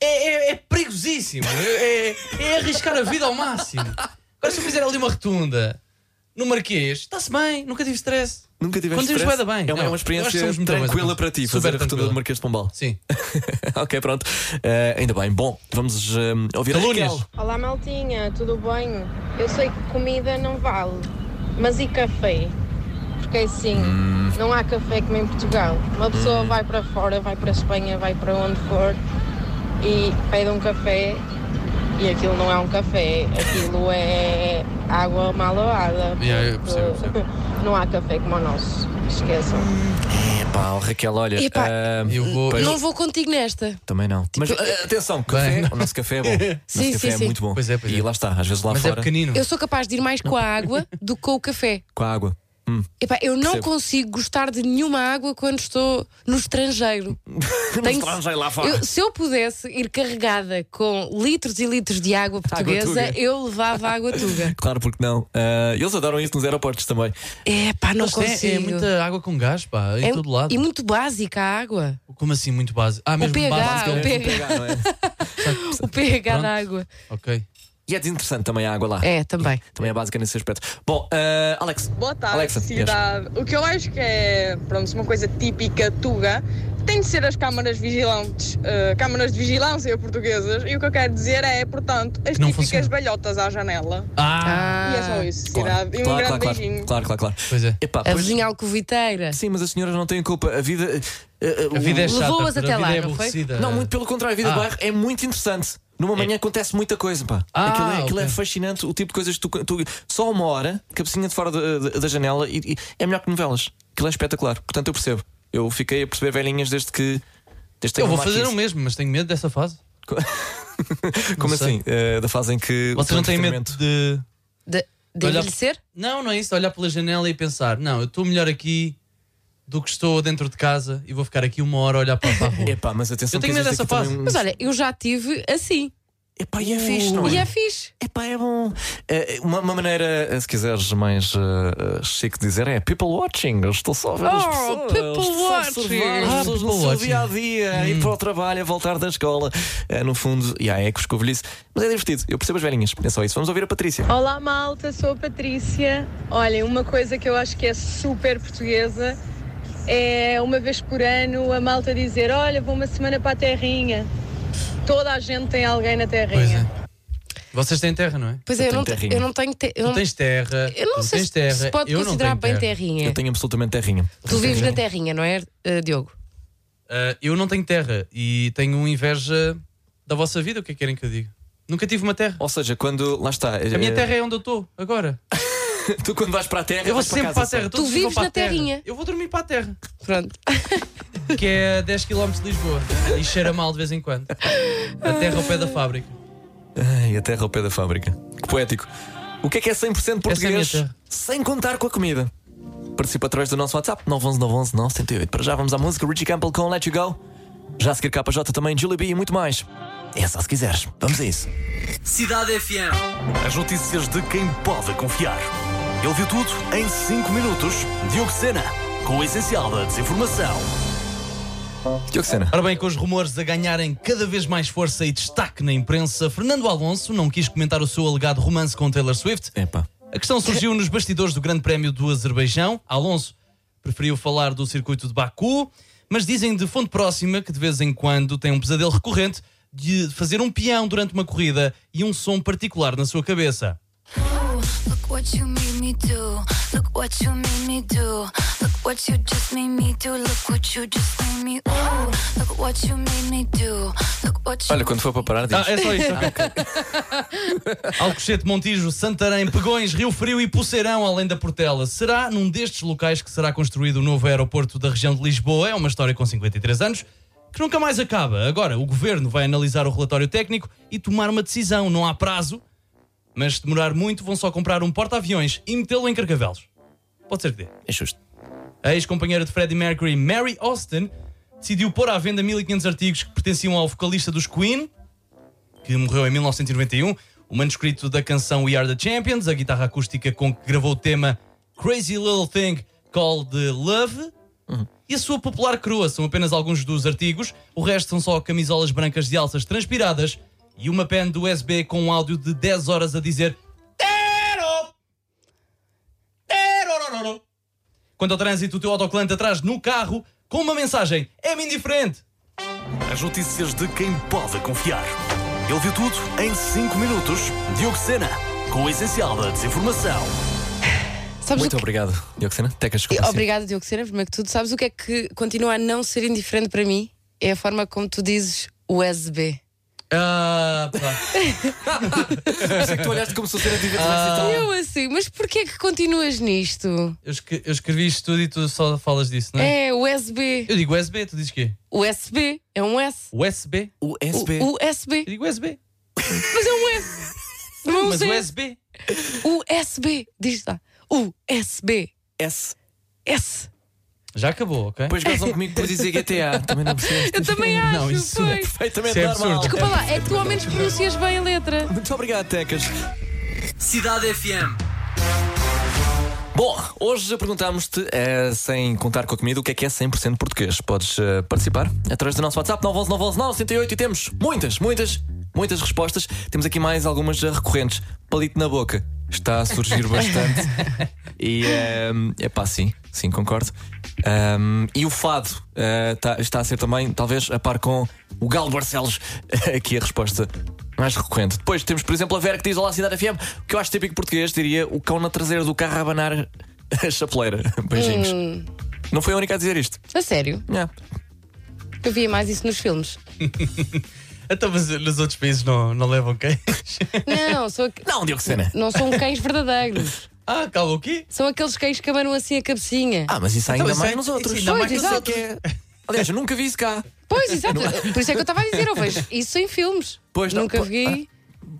[SPEAKER 5] É, é- é perigosíssimo. É, é- é arriscar a vida ao máximo. Agora, se eu fizer ali uma rotunda no Marquês, está-se bem, nunca tive stress.
[SPEAKER 3] Nunca tiveste
[SPEAKER 5] Quando temos
[SPEAKER 3] stress?
[SPEAKER 5] bué da bem.
[SPEAKER 3] É uma, é
[SPEAKER 5] Não,
[SPEAKER 3] uma
[SPEAKER 5] eu acho que
[SPEAKER 3] experiência
[SPEAKER 5] somos muito
[SPEAKER 3] tranquila
[SPEAKER 5] bem.
[SPEAKER 3] para ti,
[SPEAKER 5] Super
[SPEAKER 3] fazer a rotunda
[SPEAKER 5] tranquila.
[SPEAKER 3] do Marquês de Pombal. [laughs]
[SPEAKER 5] Sim.
[SPEAKER 3] ok, pronto. Eh, ainda bem. Bom, vamos eh, ouvir a
[SPEAKER 5] Calúnias.
[SPEAKER 3] Raquel.
[SPEAKER 6] Olá, maltinha, tudo bem? Eu sei que comida não vale, mas e café? Porque assim, não há café como em Portugal. Uma pessoa vai para fora, vai para a Espanha, vai para onde for e pede um café e aquilo não é um café, aquilo é água mal lavada.
[SPEAKER 5] Yeah, eu
[SPEAKER 6] porque
[SPEAKER 5] percebo, eu percebo.
[SPEAKER 6] Não há café como o nosso, esqueçam.
[SPEAKER 3] Epá, oh, Raquel, olha.
[SPEAKER 4] Epá,
[SPEAKER 3] ah,
[SPEAKER 5] Eu vou.
[SPEAKER 3] Pois.
[SPEAKER 4] Não vou contigo nesta.
[SPEAKER 3] Também não. Mas ah, atenção, café,
[SPEAKER 5] Bem.
[SPEAKER 3] o
[SPEAKER 4] [laughs]
[SPEAKER 3] nosso café é bom. O nosso
[SPEAKER 4] Tipo, Sim,
[SPEAKER 3] café
[SPEAKER 4] sim,
[SPEAKER 3] é
[SPEAKER 4] sim.
[SPEAKER 3] muito bom.
[SPEAKER 5] Pois é, pois
[SPEAKER 3] e
[SPEAKER 5] é.
[SPEAKER 3] lá está, às vezes lá
[SPEAKER 5] Mas é
[SPEAKER 3] fora,
[SPEAKER 5] pequenino.
[SPEAKER 4] Eu sou capaz de ir mais com a água do que com o café.
[SPEAKER 3] com a água. [laughs] Hum.
[SPEAKER 4] Epá, eu não
[SPEAKER 3] Percebo.
[SPEAKER 4] consigo gostar de nenhuma água quando estou no estrangeiro. Tenho-
[SPEAKER 3] estrangeiro lá fora.
[SPEAKER 4] Eu- se eu pudesse ir carregada com litros e litros de água portuguesa,
[SPEAKER 3] tuga.
[SPEAKER 4] eu levava água
[SPEAKER 3] [laughs]
[SPEAKER 4] tuga.
[SPEAKER 3] Claro, porque não. Ah, eles adoram isso nos aeroportos
[SPEAKER 4] [laughs]
[SPEAKER 3] também.
[SPEAKER 4] Epá, não
[SPEAKER 5] Mas tem-
[SPEAKER 4] consigo.
[SPEAKER 5] é, muita água com gás, pá, em
[SPEAKER 4] É-
[SPEAKER 5] todo lado.
[SPEAKER 4] E muito básica a água.
[SPEAKER 5] Como assim, muito base? Ah, mesmo
[SPEAKER 4] pH,
[SPEAKER 5] base.
[SPEAKER 4] o
[SPEAKER 5] é-
[SPEAKER 4] pH.
[SPEAKER 3] não é?
[SPEAKER 4] O pH
[SPEAKER 5] Pronto.
[SPEAKER 4] da água.
[SPEAKER 5] Ok.
[SPEAKER 3] E é desinteressante também a água lá.
[SPEAKER 4] É, também.
[SPEAKER 3] Também é básica nesse aspecto. Bom, ah, Alex.
[SPEAKER 10] Boa tarde,
[SPEAKER 3] Alexa,
[SPEAKER 10] cidade. O que eu acho que é, pronto, uma coisa típica tuga, tem de ser as câmaras vigilantes, eh, câmaras de vigilância portuguesas, e o que eu quero dizer é, portanto, as
[SPEAKER 5] Que não
[SPEAKER 10] típicas
[SPEAKER 5] funciona.
[SPEAKER 10] balhotas à janela.
[SPEAKER 5] Ah,
[SPEAKER 10] e é só isso, cidade. e
[SPEAKER 3] claro,
[SPEAKER 10] um grande
[SPEAKER 3] claro, claro,
[SPEAKER 10] beijinho.
[SPEAKER 3] claro, claro, claro.
[SPEAKER 5] pois é.
[SPEAKER 3] Epá,
[SPEAKER 4] A
[SPEAKER 3] Ah, pois-
[SPEAKER 4] vizinha alcoviteira.
[SPEAKER 3] Sim, mas as senhoras não têm culpa. A vida. eh, eh,
[SPEAKER 5] A vida é chata.
[SPEAKER 4] Levou-as
[SPEAKER 5] Arthur,
[SPEAKER 4] até
[SPEAKER 5] a vida
[SPEAKER 4] lá,
[SPEAKER 5] é
[SPEAKER 4] não foi?
[SPEAKER 5] aborrecida.
[SPEAKER 3] Não, muito pelo contrário, a vida
[SPEAKER 5] Ah. É.
[SPEAKER 3] de bairro é muito interessante. Numa manhã acontece muita coisa, pá.
[SPEAKER 5] Ah,
[SPEAKER 3] aquilo é, aquilo é
[SPEAKER 5] ok.
[SPEAKER 3] fascinante, o tipo de coisas que tu, tu- Só uma hora, cabecinha de fora da- da- da janela, e, e é melhor que novelas. Aquilo é espetacular. Portanto, eu percebo. Eu fiquei a perceber velhinhas desde que. Desde que
[SPEAKER 5] Eu
[SPEAKER 3] tenho
[SPEAKER 5] vou fazer o
[SPEAKER 3] marquise.
[SPEAKER 5] mesmo, mas tenho medo dessa [laughs] fase.
[SPEAKER 3] Como
[SPEAKER 5] não sei.
[SPEAKER 3] assim? Eh, da fase em que.
[SPEAKER 5] Vocês
[SPEAKER 3] o
[SPEAKER 5] não têm medo
[SPEAKER 3] entretenimento-
[SPEAKER 5] de.
[SPEAKER 4] De, de
[SPEAKER 5] Olha-
[SPEAKER 4] envelhecer?
[SPEAKER 5] Não, não é isso. Olhar pela janela e pensar: não, eu estou melhor aqui do que estou dentro de casa e vou ficar aqui uma hora a olhar para para
[SPEAKER 4] [laughs]
[SPEAKER 5] a rua.
[SPEAKER 3] Epá, mas atenção
[SPEAKER 5] Eu
[SPEAKER 3] que
[SPEAKER 5] tenho medo
[SPEAKER 3] existe
[SPEAKER 5] dessa
[SPEAKER 3] aqui também
[SPEAKER 5] fase.
[SPEAKER 3] um-
[SPEAKER 4] Mas olha, eu já tive assim.
[SPEAKER 3] Epá, e é fixe, não é?
[SPEAKER 4] E é fixe.
[SPEAKER 3] Epá, é bom. Eh, Uma, uma maneira, eh, se quiseres mais eh, eh, chique de dizer, é people watching. Eu Estou só a ver as
[SPEAKER 4] Oh,
[SPEAKER 3] pessoas.
[SPEAKER 4] people
[SPEAKER 3] Estou a observar
[SPEAKER 4] watching.
[SPEAKER 3] As
[SPEAKER 5] Ah,
[SPEAKER 3] pessoas no
[SPEAKER 5] people
[SPEAKER 3] seu
[SPEAKER 5] watching. Hum.
[SPEAKER 3] dia a dia, a ir para o trabalho, a voltar da escola. Eh, No fundo, e há ecos que eu velhice. Mas é divertido. Eu percebo as velhinhas. É só isso. Vamos ouvir a Patrícia.
[SPEAKER 10] Olá malta, sou a Patrícia. Olhem, uma coisa que eu acho que é super portuguesa é uma vez por ano a malta dizer: Olha, vou uma semana para a terrinha. Toda a gente tem alguém na
[SPEAKER 5] Pois
[SPEAKER 10] terrinha.
[SPEAKER 5] é. Vocês têm terra, não é?
[SPEAKER 4] Pois é, eu
[SPEAKER 3] tenho
[SPEAKER 4] não, te-
[SPEAKER 3] terrinha.
[SPEAKER 4] eu não tenho. te- eu
[SPEAKER 5] Tu
[SPEAKER 4] não-
[SPEAKER 5] tens terra.
[SPEAKER 4] eu não
[SPEAKER 5] tu
[SPEAKER 4] sei
[SPEAKER 5] tens
[SPEAKER 4] se,
[SPEAKER 5] terra.
[SPEAKER 4] se pode
[SPEAKER 5] eu não
[SPEAKER 4] considerar
[SPEAKER 5] tenho
[SPEAKER 4] bem
[SPEAKER 5] terra.
[SPEAKER 4] terrinha.
[SPEAKER 3] Eu tenho absolutamente terrinha.
[SPEAKER 4] Tu vives na terrinha, não é, eh, Diogo?
[SPEAKER 5] Ah, eu não tenho terra e tenho inveja da vossa vida. O que é que querem que eu diga? Nunca tive uma terra.
[SPEAKER 3] Ou seja, quando. Lá está. eh,
[SPEAKER 5] A minha terra é onde eu estou agora.
[SPEAKER 3] Tu quando vais para a terra.
[SPEAKER 5] Eu vou
[SPEAKER 3] vais
[SPEAKER 5] sempre para a
[SPEAKER 3] casa
[SPEAKER 5] terra.
[SPEAKER 3] só.
[SPEAKER 5] todos
[SPEAKER 4] Tu
[SPEAKER 5] vão
[SPEAKER 4] vives
[SPEAKER 5] para a
[SPEAKER 4] na terrinha.
[SPEAKER 5] Eu vou dormir para a terra,
[SPEAKER 4] Pronto.
[SPEAKER 5] que é a 10 km de Lisboa. E cheira mal de vez em
[SPEAKER 4] [laughs]
[SPEAKER 5] quando. A terra ao pé da fábrica.
[SPEAKER 3] Ai, a terra ao pé da fábrica. Que poético. O que é que é 100%
[SPEAKER 5] Essa é a minha
[SPEAKER 3] português
[SPEAKER 5] terra.
[SPEAKER 3] sem contar com a comida? Participa através do nosso WhatsApp 911 911 108. Para já vamos à música Richie Campbell com Let You Go. Já a seguir KJ também, Julie B e muito mais. É só se quiseres. Vamos a isso.
[SPEAKER 1] Cidade FM. As notícias de quem pode confiar. Ele viu tudo em 5 minutos. Diogo Sena, com o essencial da desinformação.
[SPEAKER 3] Diogo Sena.
[SPEAKER 5] Ora bem, com os rumores a ganharem cada vez mais força e destaque na imprensa, Fernando Alonso não quis comentar o seu alegado romance com Taylor Swift.
[SPEAKER 3] Epá.
[SPEAKER 5] A questão surgiu nos bastidores do Grande Prémio do Azerbaijão. Alonso preferiu falar do circuito de Baku, mas dizem de fonte próxima que de vez em quando tem um pesadelo recorrente de fazer um peão durante uma corrida e um som particular na sua cabeça.
[SPEAKER 11] Look what you made me do. Look what you made me do. Look what you just made me do. Look what you just made me. Ooh. Look what you made me do. Look what you.
[SPEAKER 3] Olha, quando for para parar, diz.
[SPEAKER 5] Ah, é só isso. [laughs] Alcochete, Montijo, Santarém, Pegões, Rio Frio e Poceirão, além da Portela. Será num destes locais que será construído o novo aeroporto da região de Lisboa? É uma história com 53 anos que nunca mais acaba. Agora, o governo vai analisar o relatório técnico e tomar uma decisão. Não há prazo, mas se demorar muito, vão só comprar um porta-aviões e metê-lo em carcavelos. Pode ser que dê.
[SPEAKER 3] É justo.
[SPEAKER 5] A ex-companheira de Freddie Mercury, Mary Austin, decidiu pôr à venda 1500 artigos que pertenciam ao vocalista dos Queen, que morreu em 1991, o manuscrito da canção We Are the Champions, a guitarra acústica com que gravou o tema Crazy Little Thing Called Love. E a sua popular coroa são apenas alguns dos artigos, o resto são só camisolas brancas de alças transpiradas e uma pen do USB com um áudio de 10 horas a dizer Tero! Terorororo! Quanto ao trânsito, o teu autoclante atrás no carro com uma mensagem: é-me indiferente.
[SPEAKER 1] As notícias de quem pode confiar. Ele viu tudo em 5 minutos. Diogo Sena, com o essencial da desinformação.
[SPEAKER 4] Sabes
[SPEAKER 3] Muito
[SPEAKER 4] o que...
[SPEAKER 3] obrigado, Diogo Sena. Tecas, desculpa. sim.
[SPEAKER 4] Obrigada, Diogo Sena, primeiro que tudo. Sabes o que é que continua a não ser indiferente para mim? É a forma como tu dizes USB.
[SPEAKER 5] Ah, pá.
[SPEAKER 3] Pensei que tu olhaste como se fosse a dizer
[SPEAKER 5] Ah,
[SPEAKER 4] Eu assim, mas porquê é que continuas nisto?
[SPEAKER 5] Eu, escre- eu escrevi isto tudo e tu só falas disso, não é?
[SPEAKER 4] É USB.
[SPEAKER 5] Eu digo USB, tu dizes quê?
[SPEAKER 4] USB é um S.
[SPEAKER 5] USB?
[SPEAKER 3] O SB.
[SPEAKER 4] U- USB.
[SPEAKER 5] Eu digo USB.
[SPEAKER 4] Mas é um S. Não é um
[SPEAKER 5] Mas
[SPEAKER 4] Z.
[SPEAKER 5] USB?
[SPEAKER 4] USB. Diz lá. USB.
[SPEAKER 3] S.
[SPEAKER 4] S.
[SPEAKER 5] Já acabou, ok?
[SPEAKER 3] Depois gozam comigo por dizer GTA. [laughs] Também não percebo.
[SPEAKER 4] Eu também acho.
[SPEAKER 5] Não, isso é
[SPEAKER 4] pois.
[SPEAKER 3] Perfeitamente
[SPEAKER 5] Isso é
[SPEAKER 3] normal.
[SPEAKER 5] absurdo.
[SPEAKER 4] Desculpa lá, é que tu ao menos pronuncias bem a
[SPEAKER 3] [laughs]
[SPEAKER 4] letra.
[SPEAKER 3] Muito obrigado, Tecas. Cidade FM. Bom, hoje perguntámos-te, eh, sem contar com a comida, o que é que é 100% português. Podes eh, participar através do nosso WhatsApp 911 911 908 e temos muitas, muitas, muitas respostas. Temos aqui mais algumas eh, recorrentes. Palito na boca. Está a surgir bastante. e é pá, sim, sim, concordo. Ehm, e o fado eh, tá- está a ser também, talvez, a par com o Galo Barcelos, [laughs] aqui a resposta mais recorrente. Depois temos, por exemplo, a Vera que diz: Olá, Cidade FM, o que eu acho típico português, diria o cão na traseira do carro a abanar a chapeleira. [laughs] Beijinhos.
[SPEAKER 4] Hum.
[SPEAKER 3] Não foi a única a dizer isto.
[SPEAKER 4] A sério,
[SPEAKER 3] É.
[SPEAKER 4] eu via mais isso nos filmes.
[SPEAKER 5] Então, mas nos outros países não, não levam quem?
[SPEAKER 3] [laughs]
[SPEAKER 4] Não, são aqu-
[SPEAKER 3] Não, Diogo Sena.
[SPEAKER 4] não são cães verdadeiros.
[SPEAKER 5] ah, calma, o quê?
[SPEAKER 4] São aqueles cães que abanam assim a cabecinha.
[SPEAKER 3] Ah, mas isso ainda
[SPEAKER 5] Então, isso
[SPEAKER 3] mais
[SPEAKER 5] é-
[SPEAKER 3] nos
[SPEAKER 5] isso
[SPEAKER 3] outros.
[SPEAKER 5] ainda
[SPEAKER 4] mais Pois, nos exato.
[SPEAKER 3] Que é- Aliás, eu nunca vi isso cá.
[SPEAKER 4] Pois, exato. Por isso é que eu estava a dizer, eu vejo isso em filmes.
[SPEAKER 3] Pois, não,
[SPEAKER 4] Nunca
[SPEAKER 3] po-
[SPEAKER 4] vi.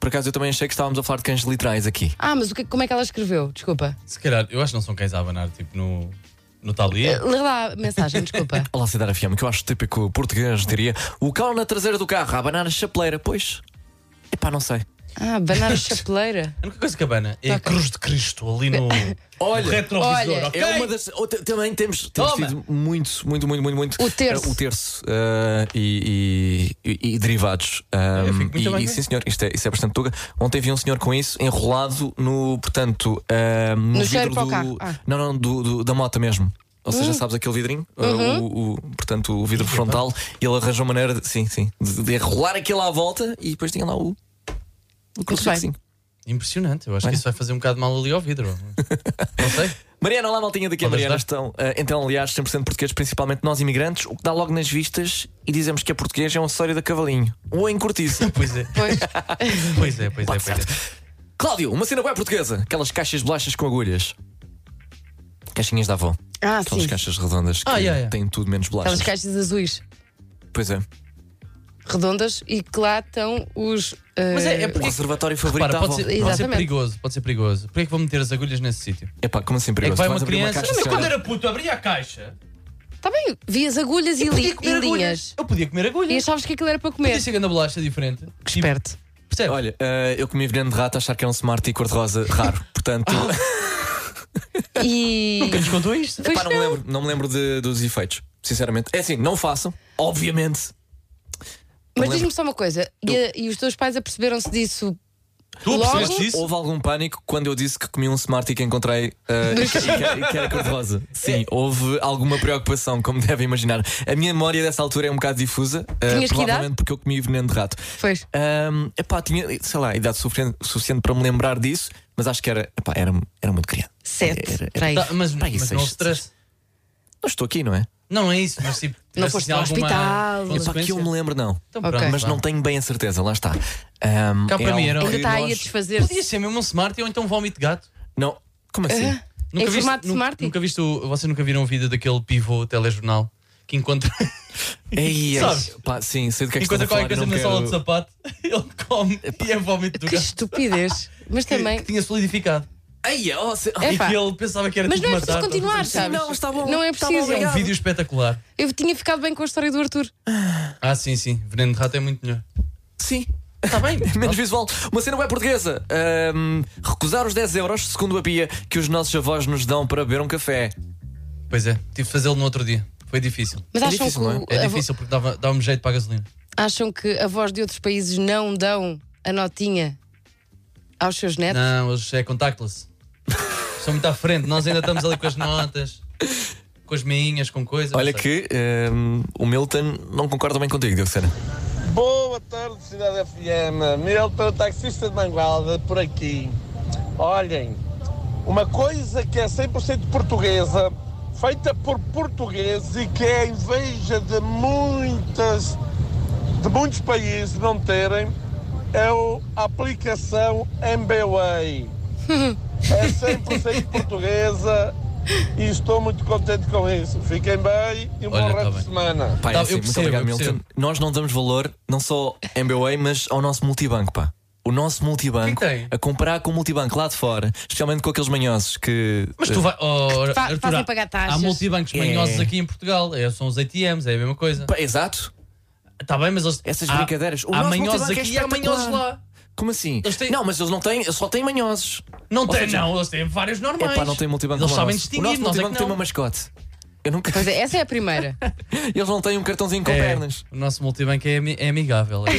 [SPEAKER 3] Por acaso eu também achei que estávamos a falar de cães literais aqui.
[SPEAKER 4] Ah, mas o que- como é que ela escreveu? Desculpa.
[SPEAKER 5] Se calhar, eu acho que não são cães a abanar, tipo no, no
[SPEAKER 3] É.
[SPEAKER 5] Thalia.
[SPEAKER 4] Eh, Lê lá a mensagem, desculpa.
[SPEAKER 3] Olá, Cidade FM, que eu acho típico português, diria. O cão na traseira do carro, a banana chapeleira, pois. Epá, não sei.
[SPEAKER 4] [laughs] Ah, banar a chapeleira.
[SPEAKER 5] A única coisa que abana é a
[SPEAKER 4] Tá Ok.
[SPEAKER 5] Cruz de Cristo ali no,
[SPEAKER 3] [laughs] Olha,
[SPEAKER 5] no retrovisor,
[SPEAKER 4] olha,
[SPEAKER 5] ok?
[SPEAKER 3] É uma das. outra- também temos, temos
[SPEAKER 5] Toma.
[SPEAKER 3] tido muito, muito, muito, muito, muito.
[SPEAKER 4] O terço.
[SPEAKER 3] eh, o terço eh, e, e- e- e derivados. Ahm,
[SPEAKER 5] Eu fico muito
[SPEAKER 3] e-
[SPEAKER 5] bem
[SPEAKER 3] e,
[SPEAKER 5] com
[SPEAKER 3] sim, senhor, isto é, isto é bastante tuga. Ontem vi um senhor com isso enrolado no, portanto, ahm, no,
[SPEAKER 4] No cheiro
[SPEAKER 3] vidro
[SPEAKER 4] para o
[SPEAKER 3] do.
[SPEAKER 4] carro. Ah.
[SPEAKER 3] Não, não, do- do- da moto mesmo. Ou seja,
[SPEAKER 4] Hum.
[SPEAKER 3] sabes aquele vidrinho? Uh,
[SPEAKER 4] Uhum.
[SPEAKER 3] o, o- portanto, o vidro frontal. E ele arranjou maneira de, sim, sim, de, de rolar aquilo à volta e depois tinha lá o. o crucifixinho.
[SPEAKER 5] Impressionante, eu acho que isso vai fazer um bocado mal ali
[SPEAKER 3] [laughs]
[SPEAKER 5] ao vidro.
[SPEAKER 3] Mariana, olá, maltinha daqui a
[SPEAKER 5] Pode
[SPEAKER 3] Mariana.
[SPEAKER 5] ajudar?
[SPEAKER 3] Estão, eh, então, aliás, 100% português, principalmente nós imigrantes, o que dá logo nas vistas e dizemos que é português é um acessório da cavalinho. Um Ou em
[SPEAKER 5] [laughs]
[SPEAKER 3] cortiça.
[SPEAKER 5] pois é.
[SPEAKER 4] Pois.
[SPEAKER 5] pois é, pois é, pois é.
[SPEAKER 3] Cláudio, uma cena bem portuguesa. Aquelas caixas de bolachas com agulhas. Caixinhas da avó.
[SPEAKER 4] Ah,
[SPEAKER 3] Aquelas
[SPEAKER 4] sim.
[SPEAKER 3] caixas redondas que
[SPEAKER 4] Ah, yeah, yeah.
[SPEAKER 3] têm tudo menos bolachas.
[SPEAKER 4] Aquelas caixas azuis,
[SPEAKER 3] Pois é.
[SPEAKER 4] redondas, e que lá estão os. eh,
[SPEAKER 5] Mas é- é
[SPEAKER 3] O
[SPEAKER 5] porque-
[SPEAKER 3] observatório favorito
[SPEAKER 5] Repara,
[SPEAKER 3] da
[SPEAKER 5] pode
[SPEAKER 3] avó.
[SPEAKER 5] ser,
[SPEAKER 4] Exatamente.
[SPEAKER 5] pode ser perigoso, pode ser perigoso. Porquê é que vão meter as agulhas nesse sítio?
[SPEAKER 3] Epá, como assim
[SPEAKER 5] É que
[SPEAKER 3] perigoso?
[SPEAKER 5] vai
[SPEAKER 3] Tu vais
[SPEAKER 5] uma
[SPEAKER 3] abrir
[SPEAKER 5] criança.
[SPEAKER 3] caixa
[SPEAKER 5] Não, mas
[SPEAKER 3] de
[SPEAKER 5] quando
[SPEAKER 3] cera.
[SPEAKER 5] era puto, abria a caixa.
[SPEAKER 4] Está tá bem, vi as agulhas e, li-
[SPEAKER 5] Podia
[SPEAKER 4] e
[SPEAKER 5] comer
[SPEAKER 4] linhas.
[SPEAKER 5] agulhas. Eu podia comer
[SPEAKER 4] E
[SPEAKER 5] agulhas.
[SPEAKER 4] achavas que aquilo era para
[SPEAKER 5] Podia
[SPEAKER 4] comer.
[SPEAKER 5] ser grande bolacha diferente. Tipo,
[SPEAKER 4] Que esperto.
[SPEAKER 5] Percebe?
[SPEAKER 3] Olha, eh, eu comi veneno de rato a achar que é um smart e cor-de-rosa
[SPEAKER 5] [laughs]
[SPEAKER 3] raro. Portanto,
[SPEAKER 4] E.
[SPEAKER 5] Quem nos contou isto?
[SPEAKER 4] Pois
[SPEAKER 3] epá, não, me lembro, não me lembro de- dos efeitos. Sinceramente. É assim, não façam, obviamente.
[SPEAKER 4] Mas
[SPEAKER 3] lembro.
[SPEAKER 4] diz-me só uma coisa, e, a- e os teus pais aperceberam-se disso
[SPEAKER 5] Tu
[SPEAKER 4] Logo-
[SPEAKER 5] percebeste disso?
[SPEAKER 3] Houve algum pânico quando eu disse que comi um Smart e que encontrei eh,
[SPEAKER 4] [laughs]
[SPEAKER 3] e que, e que era cor-de-rosa?
[SPEAKER 4] É.
[SPEAKER 3] Sim, houve alguma preocupação, como devem imaginar. A minha memória dessa altura é um bocado difusa, eh,
[SPEAKER 4] Tinhas que idade?
[SPEAKER 3] provavelmente porque eu comi veneno de rato.
[SPEAKER 4] Pois.
[SPEAKER 3] Ahm, epá, tinha, sei lá, idade suficiente, suficiente para me lembrar disso, mas acho que era, epá, era, era muito criança.
[SPEAKER 4] sete.
[SPEAKER 3] Era- era-
[SPEAKER 4] para aí.
[SPEAKER 5] Tá, mas
[SPEAKER 3] Pá,
[SPEAKER 5] mas
[SPEAKER 3] isso
[SPEAKER 5] não
[SPEAKER 3] é
[SPEAKER 5] houve stress.
[SPEAKER 3] Não estou aqui, não é?
[SPEAKER 5] Não é isso, mas tipo. tivesse
[SPEAKER 4] foste ao
[SPEAKER 5] alguma
[SPEAKER 4] hospital. Epá,
[SPEAKER 3] Epá, que
[SPEAKER 5] consequência?
[SPEAKER 3] eu me lembro, não.
[SPEAKER 5] Então,
[SPEAKER 4] Ok.
[SPEAKER 5] pronto,
[SPEAKER 3] Mas
[SPEAKER 5] vá.
[SPEAKER 3] não tenho bem a certeza, lá está. Ahm,
[SPEAKER 5] Cá
[SPEAKER 3] é
[SPEAKER 5] para mim era-
[SPEAKER 3] algo
[SPEAKER 4] Ainda
[SPEAKER 3] que
[SPEAKER 4] está aí a
[SPEAKER 3] nós-
[SPEAKER 4] desfazer-se.
[SPEAKER 5] Podia ser mesmo um smart ou então um vómito de gato.
[SPEAKER 3] Não, como assim?
[SPEAKER 4] Em
[SPEAKER 5] viste-
[SPEAKER 4] formato de
[SPEAKER 5] nu-
[SPEAKER 4] Smartie?
[SPEAKER 5] Nunca viste o, vocês nunca viram o vídeo daquele pivô telejornal que encontra, [laughs]
[SPEAKER 3] Ei, é
[SPEAKER 5] Sabes?
[SPEAKER 3] ai, pá, sim, sei do que é que estás
[SPEAKER 5] encontra
[SPEAKER 3] a falar.
[SPEAKER 5] qualquer coisa
[SPEAKER 3] eu
[SPEAKER 5] na
[SPEAKER 3] não
[SPEAKER 5] sala
[SPEAKER 3] quero-
[SPEAKER 5] de sapato, [laughs] ele come e é vómito do
[SPEAKER 4] Que
[SPEAKER 5] gato
[SPEAKER 4] estupidez. Mas
[SPEAKER 5] que,
[SPEAKER 4] também.
[SPEAKER 5] que tinha solidificado.
[SPEAKER 3] Ai, oh, se-
[SPEAKER 4] É
[SPEAKER 5] E
[SPEAKER 4] pá.
[SPEAKER 5] que ele pensava que era
[SPEAKER 4] Mas
[SPEAKER 5] tipo
[SPEAKER 4] não é
[SPEAKER 5] matar.
[SPEAKER 4] preciso continuar, sabes?
[SPEAKER 3] não, está bom,
[SPEAKER 4] Não é
[SPEAKER 3] está
[SPEAKER 4] preciso.
[SPEAKER 3] bom,
[SPEAKER 5] É um vídeo espetacular.
[SPEAKER 4] Eu tinha ficado bem com a história do Arthur.
[SPEAKER 5] Ah, sim, sim. Veneno de rato é muito melhor.
[SPEAKER 3] Sim.
[SPEAKER 4] Tá
[SPEAKER 5] Está [laughs] bem.
[SPEAKER 4] É
[SPEAKER 3] Menos visual. Uma cena web portuguesa. Ahm, recusar os 10 euros, segundo a Pia, que os nossos avós nos dão para beber um café.
[SPEAKER 5] Pois é, tive de fazê-lo no outro dia. Foi difícil.
[SPEAKER 4] Mas
[SPEAKER 3] É
[SPEAKER 4] acham,
[SPEAKER 3] difícil, não
[SPEAKER 4] que,
[SPEAKER 5] É
[SPEAKER 4] a vo-
[SPEAKER 5] difícil porque dava- dava-me jeito para a gasolina.
[SPEAKER 4] acham que avós de outros países não dão a notinha aos seus netos?
[SPEAKER 5] Não, eles é contactless. São muito à frente. Nós ainda estamos ali com as notas, com as meinhas, com coisas.
[SPEAKER 3] Olha
[SPEAKER 5] não sei.
[SPEAKER 3] que ahm, o Milton não concorda bem contigo, deu cena.
[SPEAKER 12] Boa tarde, Cidade FM. Milton, taxista de Mangualda, por aqui. Olhem, uma coisa que é 100% portuguesa, feita por portugueses e que é a inveja de muitas, de muitos países não terem, é o- a aplicação MBWay. É 100% portuguesa e estou muito contente com isso. Fiquem bem e um
[SPEAKER 5] Olha,
[SPEAKER 12] bom
[SPEAKER 5] tá
[SPEAKER 12] resto de
[SPEAKER 5] bem.
[SPEAKER 12] semana.
[SPEAKER 3] Pá, é
[SPEAKER 5] Tá,
[SPEAKER 3] assim,
[SPEAKER 5] eu
[SPEAKER 3] muito
[SPEAKER 5] percebo,
[SPEAKER 3] obrigado,
[SPEAKER 5] eu
[SPEAKER 3] Milton.
[SPEAKER 5] percebo.
[SPEAKER 3] Nós não damos valor, não só a MBWay, mas ao nosso multibanco, pá. O nosso multibanco,
[SPEAKER 5] Que tem?
[SPEAKER 3] a comparar com o multibanco lá de fora, especialmente com aqueles manhosos que. eh,
[SPEAKER 5] Mas tu vai. Oh,
[SPEAKER 4] fa-
[SPEAKER 5] Arthur,
[SPEAKER 4] fazem
[SPEAKER 5] há-
[SPEAKER 4] pagar taxas.
[SPEAKER 5] Há multibancos
[SPEAKER 3] É.
[SPEAKER 5] manhosos aqui em Portugal. É, são os ATMs, é a mesma coisa.
[SPEAKER 3] Pá, exato.
[SPEAKER 5] Está Tá bem, mas eles.
[SPEAKER 3] Essas
[SPEAKER 5] há-
[SPEAKER 3] brincadeiras. O
[SPEAKER 5] Há
[SPEAKER 3] nosso
[SPEAKER 5] manhosos
[SPEAKER 3] multibanco é
[SPEAKER 5] aqui e há manhosos
[SPEAKER 3] espetacular.
[SPEAKER 5] lá.
[SPEAKER 3] Como assim?
[SPEAKER 5] Eles têm-
[SPEAKER 3] Não, mas eles não têm, eles só têm manhosos.
[SPEAKER 5] Não
[SPEAKER 3] Ou
[SPEAKER 5] tem,
[SPEAKER 3] seja,
[SPEAKER 5] não. Eles têm vários normais.
[SPEAKER 3] É pá, não tem multibanco
[SPEAKER 5] Eles
[SPEAKER 3] como o
[SPEAKER 5] sabem
[SPEAKER 3] nosso.
[SPEAKER 5] distinguir,
[SPEAKER 3] O nosso
[SPEAKER 5] nós é
[SPEAKER 3] multibanco
[SPEAKER 5] que
[SPEAKER 3] tem uma
[SPEAKER 5] não.
[SPEAKER 3] mascote. Eu nunca.
[SPEAKER 4] Pois é, essa é a primeira.
[SPEAKER 3] [laughs] Eles não têm um cartãozinho com
[SPEAKER 5] É,
[SPEAKER 3] pernas.
[SPEAKER 5] O nosso multibanco é, ami- é amigável. é.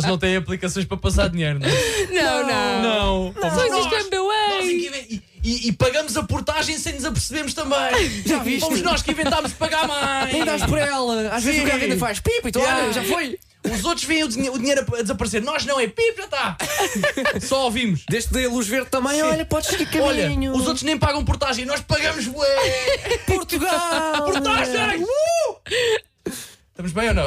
[SPEAKER 5] [laughs] e eles não têm aplicações para passar dinheiro, [laughs] não é?
[SPEAKER 4] não, não.
[SPEAKER 5] Não.
[SPEAKER 4] Só existe o
[SPEAKER 5] Nós é
[SPEAKER 4] MBA.
[SPEAKER 5] que inven- e, e- e pagamos a portagem sem nos
[SPEAKER 3] [laughs]
[SPEAKER 5] apercebermos também. Já
[SPEAKER 3] viste?
[SPEAKER 5] Fomos nós que inventámos pagar mais.
[SPEAKER 3] por ela. Às
[SPEAKER 5] vezes o carro ainda
[SPEAKER 3] faz pipa e tu
[SPEAKER 5] olha, já
[SPEAKER 3] foi.
[SPEAKER 5] Os outros veem o, dinhe- o dinheiro a desaparecer. Nós não, é pip, já está.
[SPEAKER 3] [laughs]
[SPEAKER 5] Só ouvimos.
[SPEAKER 3] Desde que dê a luz verde também,
[SPEAKER 5] Sim.
[SPEAKER 3] olha, podes seguir
[SPEAKER 5] Olha,
[SPEAKER 3] caminho.
[SPEAKER 5] os outros nem pagam portagem, nós pagamos bué.
[SPEAKER 4] [laughs]
[SPEAKER 3] Portugal!
[SPEAKER 5] Portagem! Uh! Estamos bem ou não?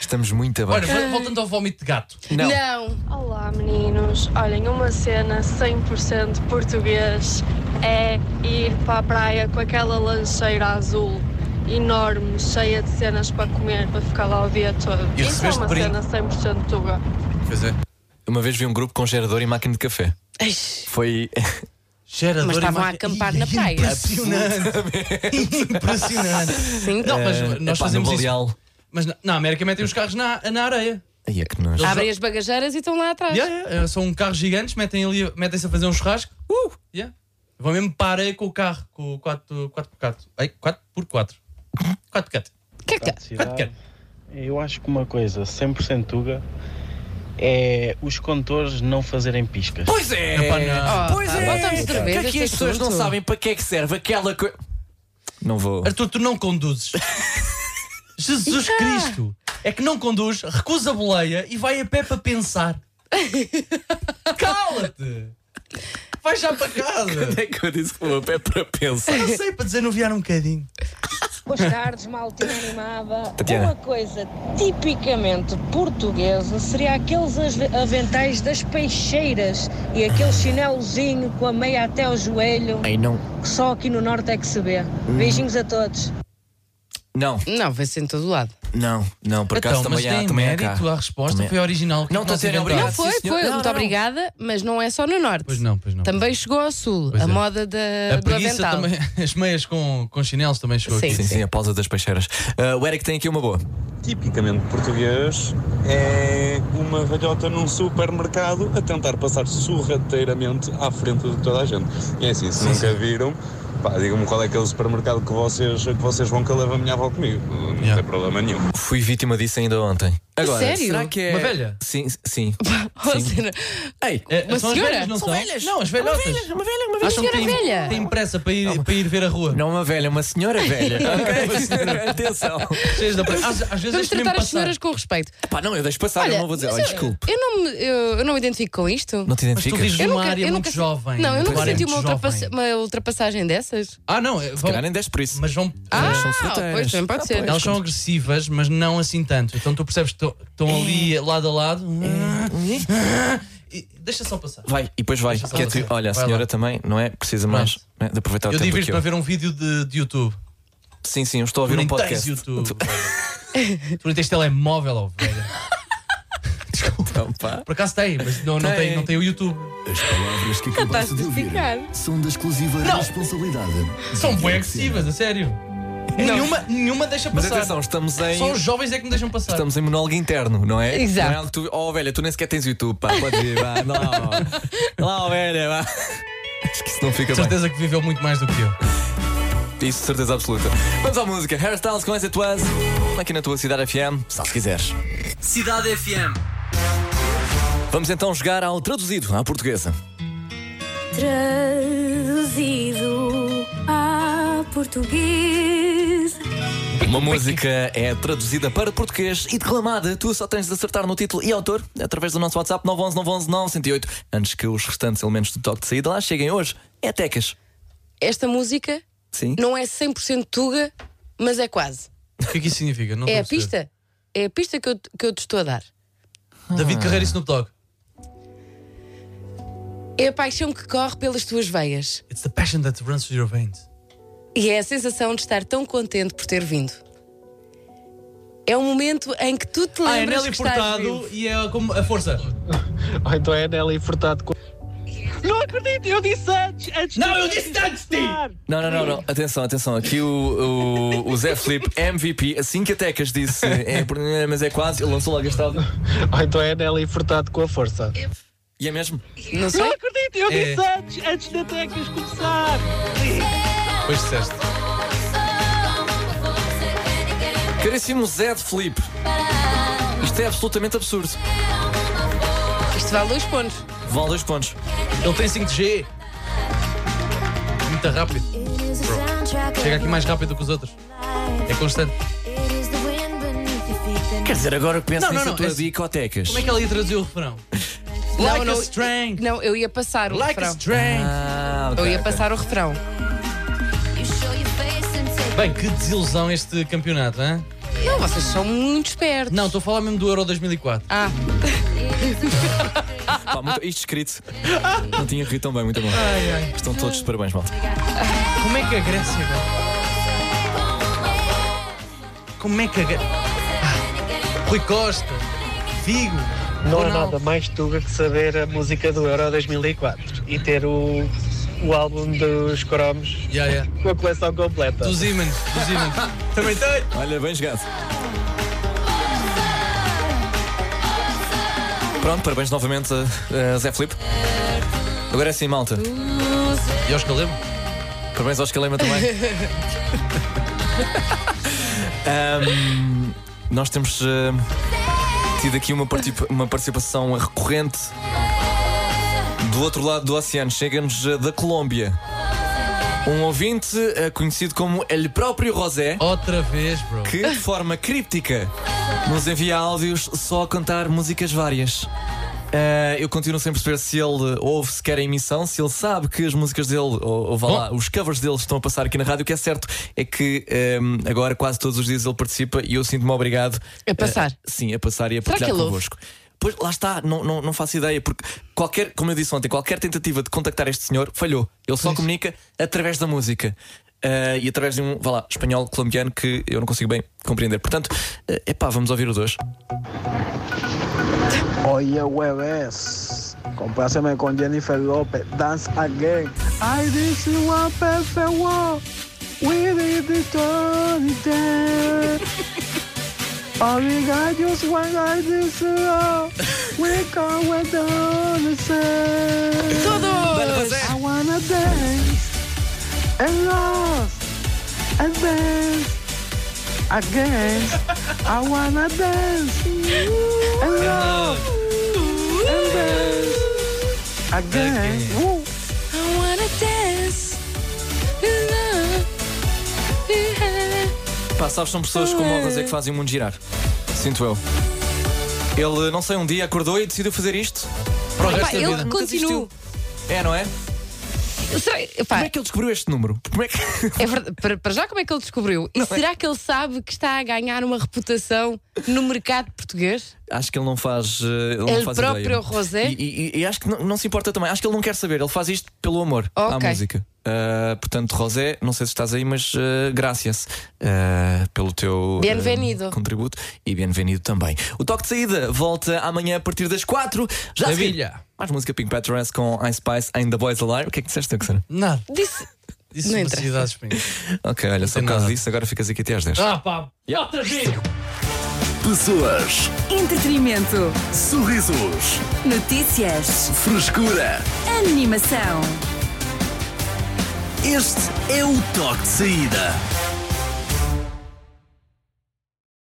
[SPEAKER 3] Estamos muito
[SPEAKER 5] Olha,
[SPEAKER 3] abaixo.
[SPEAKER 5] vol- voltando ao vómito de gato.
[SPEAKER 3] Não.
[SPEAKER 13] Olá meninos, olhem, uma cena 100% português é ir para a praia com aquela lancheira azul enorme, cheia de cenas para comer, para ficar lá o dia todo.
[SPEAKER 5] E
[SPEAKER 13] Isso é
[SPEAKER 5] recebeste
[SPEAKER 4] Então,
[SPEAKER 13] uma cena
[SPEAKER 5] brinde.
[SPEAKER 13] 100% tuga.
[SPEAKER 5] Pois é.
[SPEAKER 3] Uma vez vi um grupo com gerador e máquina de café. Foi.
[SPEAKER 5] Gerador
[SPEAKER 4] Mas estavam
[SPEAKER 5] e
[SPEAKER 4] a
[SPEAKER 5] máquina-
[SPEAKER 4] acampar
[SPEAKER 5] Ih,
[SPEAKER 4] na praia. [laughs]
[SPEAKER 5] Impressionante. impressionante.
[SPEAKER 4] Sim.
[SPEAKER 5] Não, mas
[SPEAKER 3] eh,
[SPEAKER 5] nós
[SPEAKER 3] epá,
[SPEAKER 5] fazemos
[SPEAKER 3] no
[SPEAKER 5] isso.
[SPEAKER 3] Boreal.
[SPEAKER 5] Mas na, na América metem os carros na, na areia.
[SPEAKER 3] Aí é que nós.
[SPEAKER 5] Ah,
[SPEAKER 4] Abrem as bagageiras e estão lá atrás.
[SPEAKER 5] Yeah, yeah, eh, São carros gigantes, metem ali, metem-se a fazer um churrasco. Uh! Yeah. Vão mesmo para a areia com o carro, com o 4 4x4. Ai, 4x4. 4x4.
[SPEAKER 4] Que é que-
[SPEAKER 14] Eu acho que uma coisa 100% tuga é os condutores não fazerem piscas.
[SPEAKER 3] Pois é!
[SPEAKER 5] Epá, não.
[SPEAKER 4] Oh, pá, voltamos outra vez
[SPEAKER 3] Porquê
[SPEAKER 4] a
[SPEAKER 3] que
[SPEAKER 4] este
[SPEAKER 3] as pessoas não
[SPEAKER 4] assunto?
[SPEAKER 3] sabem para que é que serve aquela coisa? Não vou.
[SPEAKER 5] Arthur, tu não [laughs] conduzes. Jesus Cristo! É que não conduz, recusa a boleia e vai a pé para pensar. [laughs] Cala-te! Vai já para [laughs] casa!
[SPEAKER 3] Quando é que eu disse que vou a pé para pensar?
[SPEAKER 5] Não sei, para desanuviar um bocadinho.
[SPEAKER 6] Boas tardes, maltinha animada.
[SPEAKER 3] Tatiana.
[SPEAKER 6] Uma coisa tipicamente portuguesa seria aqueles ave- aventais das peixeiras e aquele chinelozinho com a meia até ao joelho,
[SPEAKER 3] Ei, não.
[SPEAKER 6] que só aqui no Norte é que se vê.
[SPEAKER 3] Hum.
[SPEAKER 6] Beijinhos a todos.
[SPEAKER 3] Não.
[SPEAKER 4] Não, vai ser em todo lado.
[SPEAKER 3] Não, não, por acaso
[SPEAKER 5] Então, mas
[SPEAKER 3] também há.
[SPEAKER 5] tem
[SPEAKER 3] Também há
[SPEAKER 5] mérito,
[SPEAKER 3] cá.
[SPEAKER 5] a resposta
[SPEAKER 3] Também-
[SPEAKER 5] foi original. O que
[SPEAKER 3] Não,
[SPEAKER 5] é que nós
[SPEAKER 3] estou a dizer,
[SPEAKER 5] inventamos?
[SPEAKER 3] obrigado.
[SPEAKER 4] Foi,
[SPEAKER 3] Sim, senhor.
[SPEAKER 4] foi,
[SPEAKER 3] Não,
[SPEAKER 4] muito
[SPEAKER 3] não.
[SPEAKER 4] obrigada, mas não é só no norte.
[SPEAKER 5] Pois não, pois não.
[SPEAKER 4] Também chegou ao sul,
[SPEAKER 5] Pois
[SPEAKER 4] a
[SPEAKER 5] é.
[SPEAKER 4] moda da,
[SPEAKER 5] A
[SPEAKER 4] do
[SPEAKER 5] preguiça
[SPEAKER 4] avental.
[SPEAKER 5] também, as meias com, com chinelos também chegou
[SPEAKER 4] Sim,
[SPEAKER 5] aqui.
[SPEAKER 4] sim.
[SPEAKER 3] Sim, sim, a pausa das peixeiras. Ah, o Eric tem aqui uma boa.
[SPEAKER 15] Tipicamente português é uma velhota num supermercado a tentar passar sorrateiramente à frente de toda a gente. E é assim, se nunca viram, pá, digam-me qual é aquele supermercado que vocês, que vocês vão que eu levo a minha avó comigo. Não tem problema nenhum.
[SPEAKER 3] Fui vítima disso ainda ontem. Agora,
[SPEAKER 4] sério?
[SPEAKER 3] será que é.
[SPEAKER 5] Uma velha?
[SPEAKER 3] Sim, sim.
[SPEAKER 4] [laughs] Ou
[SPEAKER 3] sim.
[SPEAKER 4] seja,
[SPEAKER 3] Ei,
[SPEAKER 5] É,
[SPEAKER 4] Uma
[SPEAKER 5] são
[SPEAKER 4] senhora?
[SPEAKER 5] as velhas, não
[SPEAKER 4] São
[SPEAKER 5] são?
[SPEAKER 4] velhas.
[SPEAKER 5] Não, as velhotas.
[SPEAKER 3] uma velha, uma
[SPEAKER 5] Acham que
[SPEAKER 4] senhora
[SPEAKER 5] têm-
[SPEAKER 4] velha.
[SPEAKER 5] têm pressa para ir, para ir ver a
[SPEAKER 3] [laughs]
[SPEAKER 5] rua.
[SPEAKER 3] Não uma velha, uma senhora
[SPEAKER 5] [laughs]
[SPEAKER 3] velha. Ok, atenção.
[SPEAKER 5] Cheias da pressa. Às, às vezes
[SPEAKER 4] Vamos
[SPEAKER 5] deixo mesmo
[SPEAKER 4] tratar as
[SPEAKER 5] passar.
[SPEAKER 4] senhoras com respeito.
[SPEAKER 3] Pá, não, eu deixo passar, eu não vou dizer.
[SPEAKER 4] mas
[SPEAKER 3] Olha,
[SPEAKER 4] eu-
[SPEAKER 3] desculpe.
[SPEAKER 4] Eu não, me, eu, eu não me identifico com isto.
[SPEAKER 3] Não te
[SPEAKER 5] é- Mas tu vives
[SPEAKER 3] identificas?
[SPEAKER 4] Eu
[SPEAKER 5] numa
[SPEAKER 4] nunca-
[SPEAKER 5] área
[SPEAKER 4] eu
[SPEAKER 5] muito
[SPEAKER 4] nunca-
[SPEAKER 5] jovem.
[SPEAKER 4] Não, eu
[SPEAKER 5] Uma
[SPEAKER 4] nunca
[SPEAKER 5] área
[SPEAKER 4] senti uma,
[SPEAKER 5] muito
[SPEAKER 4] ultrapassa-
[SPEAKER 5] jovem.
[SPEAKER 4] uma ultrapassagem dessas.
[SPEAKER 5] Ah, não. é, Vão,
[SPEAKER 3] Calhar nem 10 por isso.
[SPEAKER 5] mas vão.
[SPEAKER 4] Ah,
[SPEAKER 3] são Ah, solteiras.
[SPEAKER 4] pois também pode ser.
[SPEAKER 5] Elas são agressivas, mas não assim tanto. Então tu percebes que estão ali
[SPEAKER 3] É.
[SPEAKER 5] lado a lado. Ah, E deixa só passar.
[SPEAKER 3] Vai, e depois vai.
[SPEAKER 5] Deixa só
[SPEAKER 3] Que é tu-
[SPEAKER 5] passar.
[SPEAKER 3] Olha, a
[SPEAKER 5] Vai
[SPEAKER 3] senhora
[SPEAKER 5] lá.
[SPEAKER 3] também, não é? Precisa mais né, de aproveitar o
[SPEAKER 5] Eu
[SPEAKER 3] tempo
[SPEAKER 5] divirto
[SPEAKER 3] aqui.
[SPEAKER 5] para ver um vídeo de, de YouTube.
[SPEAKER 3] Sim, sim, eu estou a
[SPEAKER 5] Tu
[SPEAKER 3] ouvir
[SPEAKER 5] nem
[SPEAKER 3] um
[SPEAKER 5] tens
[SPEAKER 3] podcast. [laughs]
[SPEAKER 5] YouTube. velho. tu nem tens telemóvel, ó, velho.
[SPEAKER 3] Então, pá.
[SPEAKER 5] Por acaso tem, mas não, não,
[SPEAKER 3] Tem.
[SPEAKER 5] tem, não tem o YouTube.
[SPEAKER 1] As palavras que acabaste de ouvir são da exclusiva responsabilidade.
[SPEAKER 5] São
[SPEAKER 1] de
[SPEAKER 5] bem
[SPEAKER 1] Diogo Sena.
[SPEAKER 5] agressivas, a sério. Nenhuma, nenhuma deixa
[SPEAKER 3] Mas
[SPEAKER 5] passar.
[SPEAKER 3] atenção, estamos em.
[SPEAKER 5] Só os jovens é que me deixam passar.
[SPEAKER 3] Estamos em monólogo interno, não é?
[SPEAKER 4] Exato.
[SPEAKER 3] Não é algo que tu... Oh, velha, tu nem sequer tens YouTube, pá. Pode ir, vá. Anda lá, ó. lá, ó, velha, vá. Acho que isso não fica
[SPEAKER 5] Com certeza que viveu muito mais do que eu.
[SPEAKER 3] bem. Isso, de certeza absoluta. Vamos à música. Hairstyles com essa tua. Aqui na tua Cidade FM, se quiseres.
[SPEAKER 1] Cidade FM.
[SPEAKER 3] Vamos então jogar ao traduzido, à portuguesa.
[SPEAKER 11] Traduzido a português.
[SPEAKER 3] Uma música é traduzida para português e declamada. Tu só tens de acertar no título e autor através do nosso WhatsApp 911 911 908 antes que os restantes elementos do toque de saída lá cheguem hoje. É Tecas.
[SPEAKER 4] Esta música
[SPEAKER 3] Sim.
[SPEAKER 4] não é 100% tuga, mas é quase.
[SPEAKER 5] O que é que isso significa? Não
[SPEAKER 4] é a
[SPEAKER 5] estou perceber.
[SPEAKER 4] pista. É a pista que eu, que eu te estou a dar.
[SPEAKER 14] Ah.
[SPEAKER 5] David Carreira e Snoop Dogg.
[SPEAKER 4] É a paixão que corre pelas tuas veias.
[SPEAKER 5] It's the passion that runs through your veins.
[SPEAKER 4] E é a sensação de estar tão contente por ter vindo. É um momento em que tu te
[SPEAKER 5] Ah, é
[SPEAKER 4] lembras
[SPEAKER 5] Nelly
[SPEAKER 4] que estás
[SPEAKER 5] Furtado
[SPEAKER 4] vivo.
[SPEAKER 5] e é como a força.
[SPEAKER 14] [laughs] Ou então é Nelly Furtado com. Não acredito, eu disse antes! antes
[SPEAKER 5] Não,
[SPEAKER 14] de-
[SPEAKER 5] eu disse antes de ti!
[SPEAKER 3] Não, não, não, não. Atenção, atenção. Aqui o, o, o Zé Felipe MVP, assim que a Tecas disse, é, por- é, mas é quase, ele lançou logo este áudio.
[SPEAKER 14] Ou então é Nelly Furtado com a força.
[SPEAKER 3] E é mesmo?
[SPEAKER 4] Não
[SPEAKER 14] Não
[SPEAKER 4] sei?
[SPEAKER 14] acredito, eu
[SPEAKER 5] É.
[SPEAKER 14] disse antes! Antes da Tecas começar!
[SPEAKER 5] Pois disseste.
[SPEAKER 3] Caríssimo Zé de Felipe. Isto é absolutamente absurdo.
[SPEAKER 4] Isto vale dois pontos.
[SPEAKER 3] Vale dois pontos.
[SPEAKER 5] Ele tem 5G. Muito rápido. Chega aqui mais rápido que os outros. É constante.
[SPEAKER 3] Quer dizer, agora que penso
[SPEAKER 5] Não, não,
[SPEAKER 3] nisso,
[SPEAKER 5] não,
[SPEAKER 3] a tua
[SPEAKER 5] é-
[SPEAKER 3] dica, ó, Tecas.
[SPEAKER 5] Como é que ela ia traduzir o refrão? like
[SPEAKER 4] não,
[SPEAKER 5] a string.
[SPEAKER 4] Não, eu ia passar o
[SPEAKER 5] Like a
[SPEAKER 4] refrão.
[SPEAKER 5] string.
[SPEAKER 3] Ah,
[SPEAKER 4] Eu
[SPEAKER 3] ok,
[SPEAKER 4] ia
[SPEAKER 3] ok.
[SPEAKER 4] passar o refrão. Ah.
[SPEAKER 5] Bem, que desilusão este campeonato, hein?
[SPEAKER 4] Não, vocês são muito espertos.
[SPEAKER 5] Não, estou a falar mesmo do Euro 2004.
[SPEAKER 4] Ah,
[SPEAKER 3] Pá, muito- isto escrito. Não tinha rido tão bem, muito bom. Estão todos de parabéns, malta.
[SPEAKER 5] Como é que a Grécia agora? Como é que a Grécia. Rui Costa, Figo,
[SPEAKER 14] Não há
[SPEAKER 5] Ronaldo.
[SPEAKER 14] nada mais tuga que saber a música do Euro 2004 e ter o, o álbum dos cromos
[SPEAKER 5] Yeah, yeah.
[SPEAKER 14] com a coleção completa.
[SPEAKER 5] Dos ímãs, dos ímãs. Também tem.
[SPEAKER 3] Olha, bem jogado. Pronto, parabéns novamente a, a Zé Filipe. Agora é sim, malta.
[SPEAKER 5] [laughs] E aos Calebo?
[SPEAKER 3] Parabéns aos Calema também. Ahm, nós temos ahm, tido aqui uma, participa- uma participação recorrente do outro lado do oceano. Chega-nos ah, da Colômbia. eh, Um ouvinte eh, conhecido como El próprio Rosé.
[SPEAKER 5] Outra vez, bro.
[SPEAKER 3] Que de forma críptica nos envia áudios só a cantar músicas várias. Eh, eu continuo sem perceber se ele ouve sequer a emissão, se ele sabe que as músicas dele, ou, ou vá lá, os covers dele estão a passar aqui na rádio. O que é certo é que ehm, agora quase todos os dias ele participa e eu sinto-me obrigado
[SPEAKER 4] A passar.
[SPEAKER 3] eh, sim, a passar e a
[SPEAKER 4] Será que é
[SPEAKER 3] partilhar
[SPEAKER 4] ele ouve?
[SPEAKER 3] convosco. Pois lá está, não, não, não faço ideia, porque qualquer, como eu disse ontem, qualquer tentativa de contactar este senhor falhou. Ele só comunica através da música. Ah, e através de um, vá lá, espanhol colombiano que eu não consigo bem compreender. Portanto, eh, epá, vamos ouvir os dois.
[SPEAKER 16] Oye, hueves, compáseme con Jennifer López, Dance Again. I this is one perfect world, we did it all day. All we got just one I this love, we can we don't say.
[SPEAKER 11] Todos.
[SPEAKER 16] I wanna dance, and love, and dance. Again, I wanna dance and love and dance again. Woo.
[SPEAKER 11] I wanna dance in love.
[SPEAKER 3] Pá, sabes, são pessoas como o Rosé que fazem o mundo girar. Sinto eu. Ele, não sei, um dia acordou e decidiu fazer isto para o
[SPEAKER 4] Epá,
[SPEAKER 3] resto da
[SPEAKER 4] ele
[SPEAKER 3] vida.
[SPEAKER 4] continua.
[SPEAKER 3] É, não é?
[SPEAKER 4] Será- epá,
[SPEAKER 3] Como é que ele descobriu este número? Como é que.
[SPEAKER 4] é verdade- para, para já, como é que ele descobriu? E será que ele sabe que está a ganhar uma reputação no mercado português?
[SPEAKER 3] Acho que ele não faz. eh, Ele não
[SPEAKER 4] Ele
[SPEAKER 3] faz
[SPEAKER 4] próprio
[SPEAKER 3] ideia.
[SPEAKER 4] Rosé?
[SPEAKER 3] E, e- e acho que não, não se importa também. Acho que ele não quer saber. Ele faz isto pelo amor
[SPEAKER 4] Ok.
[SPEAKER 3] à música. Ah, portanto, Rosé, não sei se estás aí, mas uh, graças pelo teu ah,
[SPEAKER 4] Bienvenido.
[SPEAKER 3] contributo e bem-vindo também. O toque de saída volta amanhã a partir das 4. Já a seguir,
[SPEAKER 5] Maravilha.
[SPEAKER 3] Mais música Pink Patterns com Ice Spice ainda Boys Alive. O que é que disseste, Alexandre?
[SPEAKER 5] Nada.
[SPEAKER 4] Disse.
[SPEAKER 5] Disse
[SPEAKER 4] Não
[SPEAKER 5] uma
[SPEAKER 4] interessa.
[SPEAKER 5] cidade espanhola.
[SPEAKER 3] Ok, olha, só por causa disso, agora ficas aqui até às 10.
[SPEAKER 5] Ah, pá. Outra vez.
[SPEAKER 1] Pessoas,
[SPEAKER 2] Entretenimento.
[SPEAKER 1] sorrisos,
[SPEAKER 2] Notícias.
[SPEAKER 1] frescura.
[SPEAKER 2] Animação.
[SPEAKER 1] Este é o toque de saída.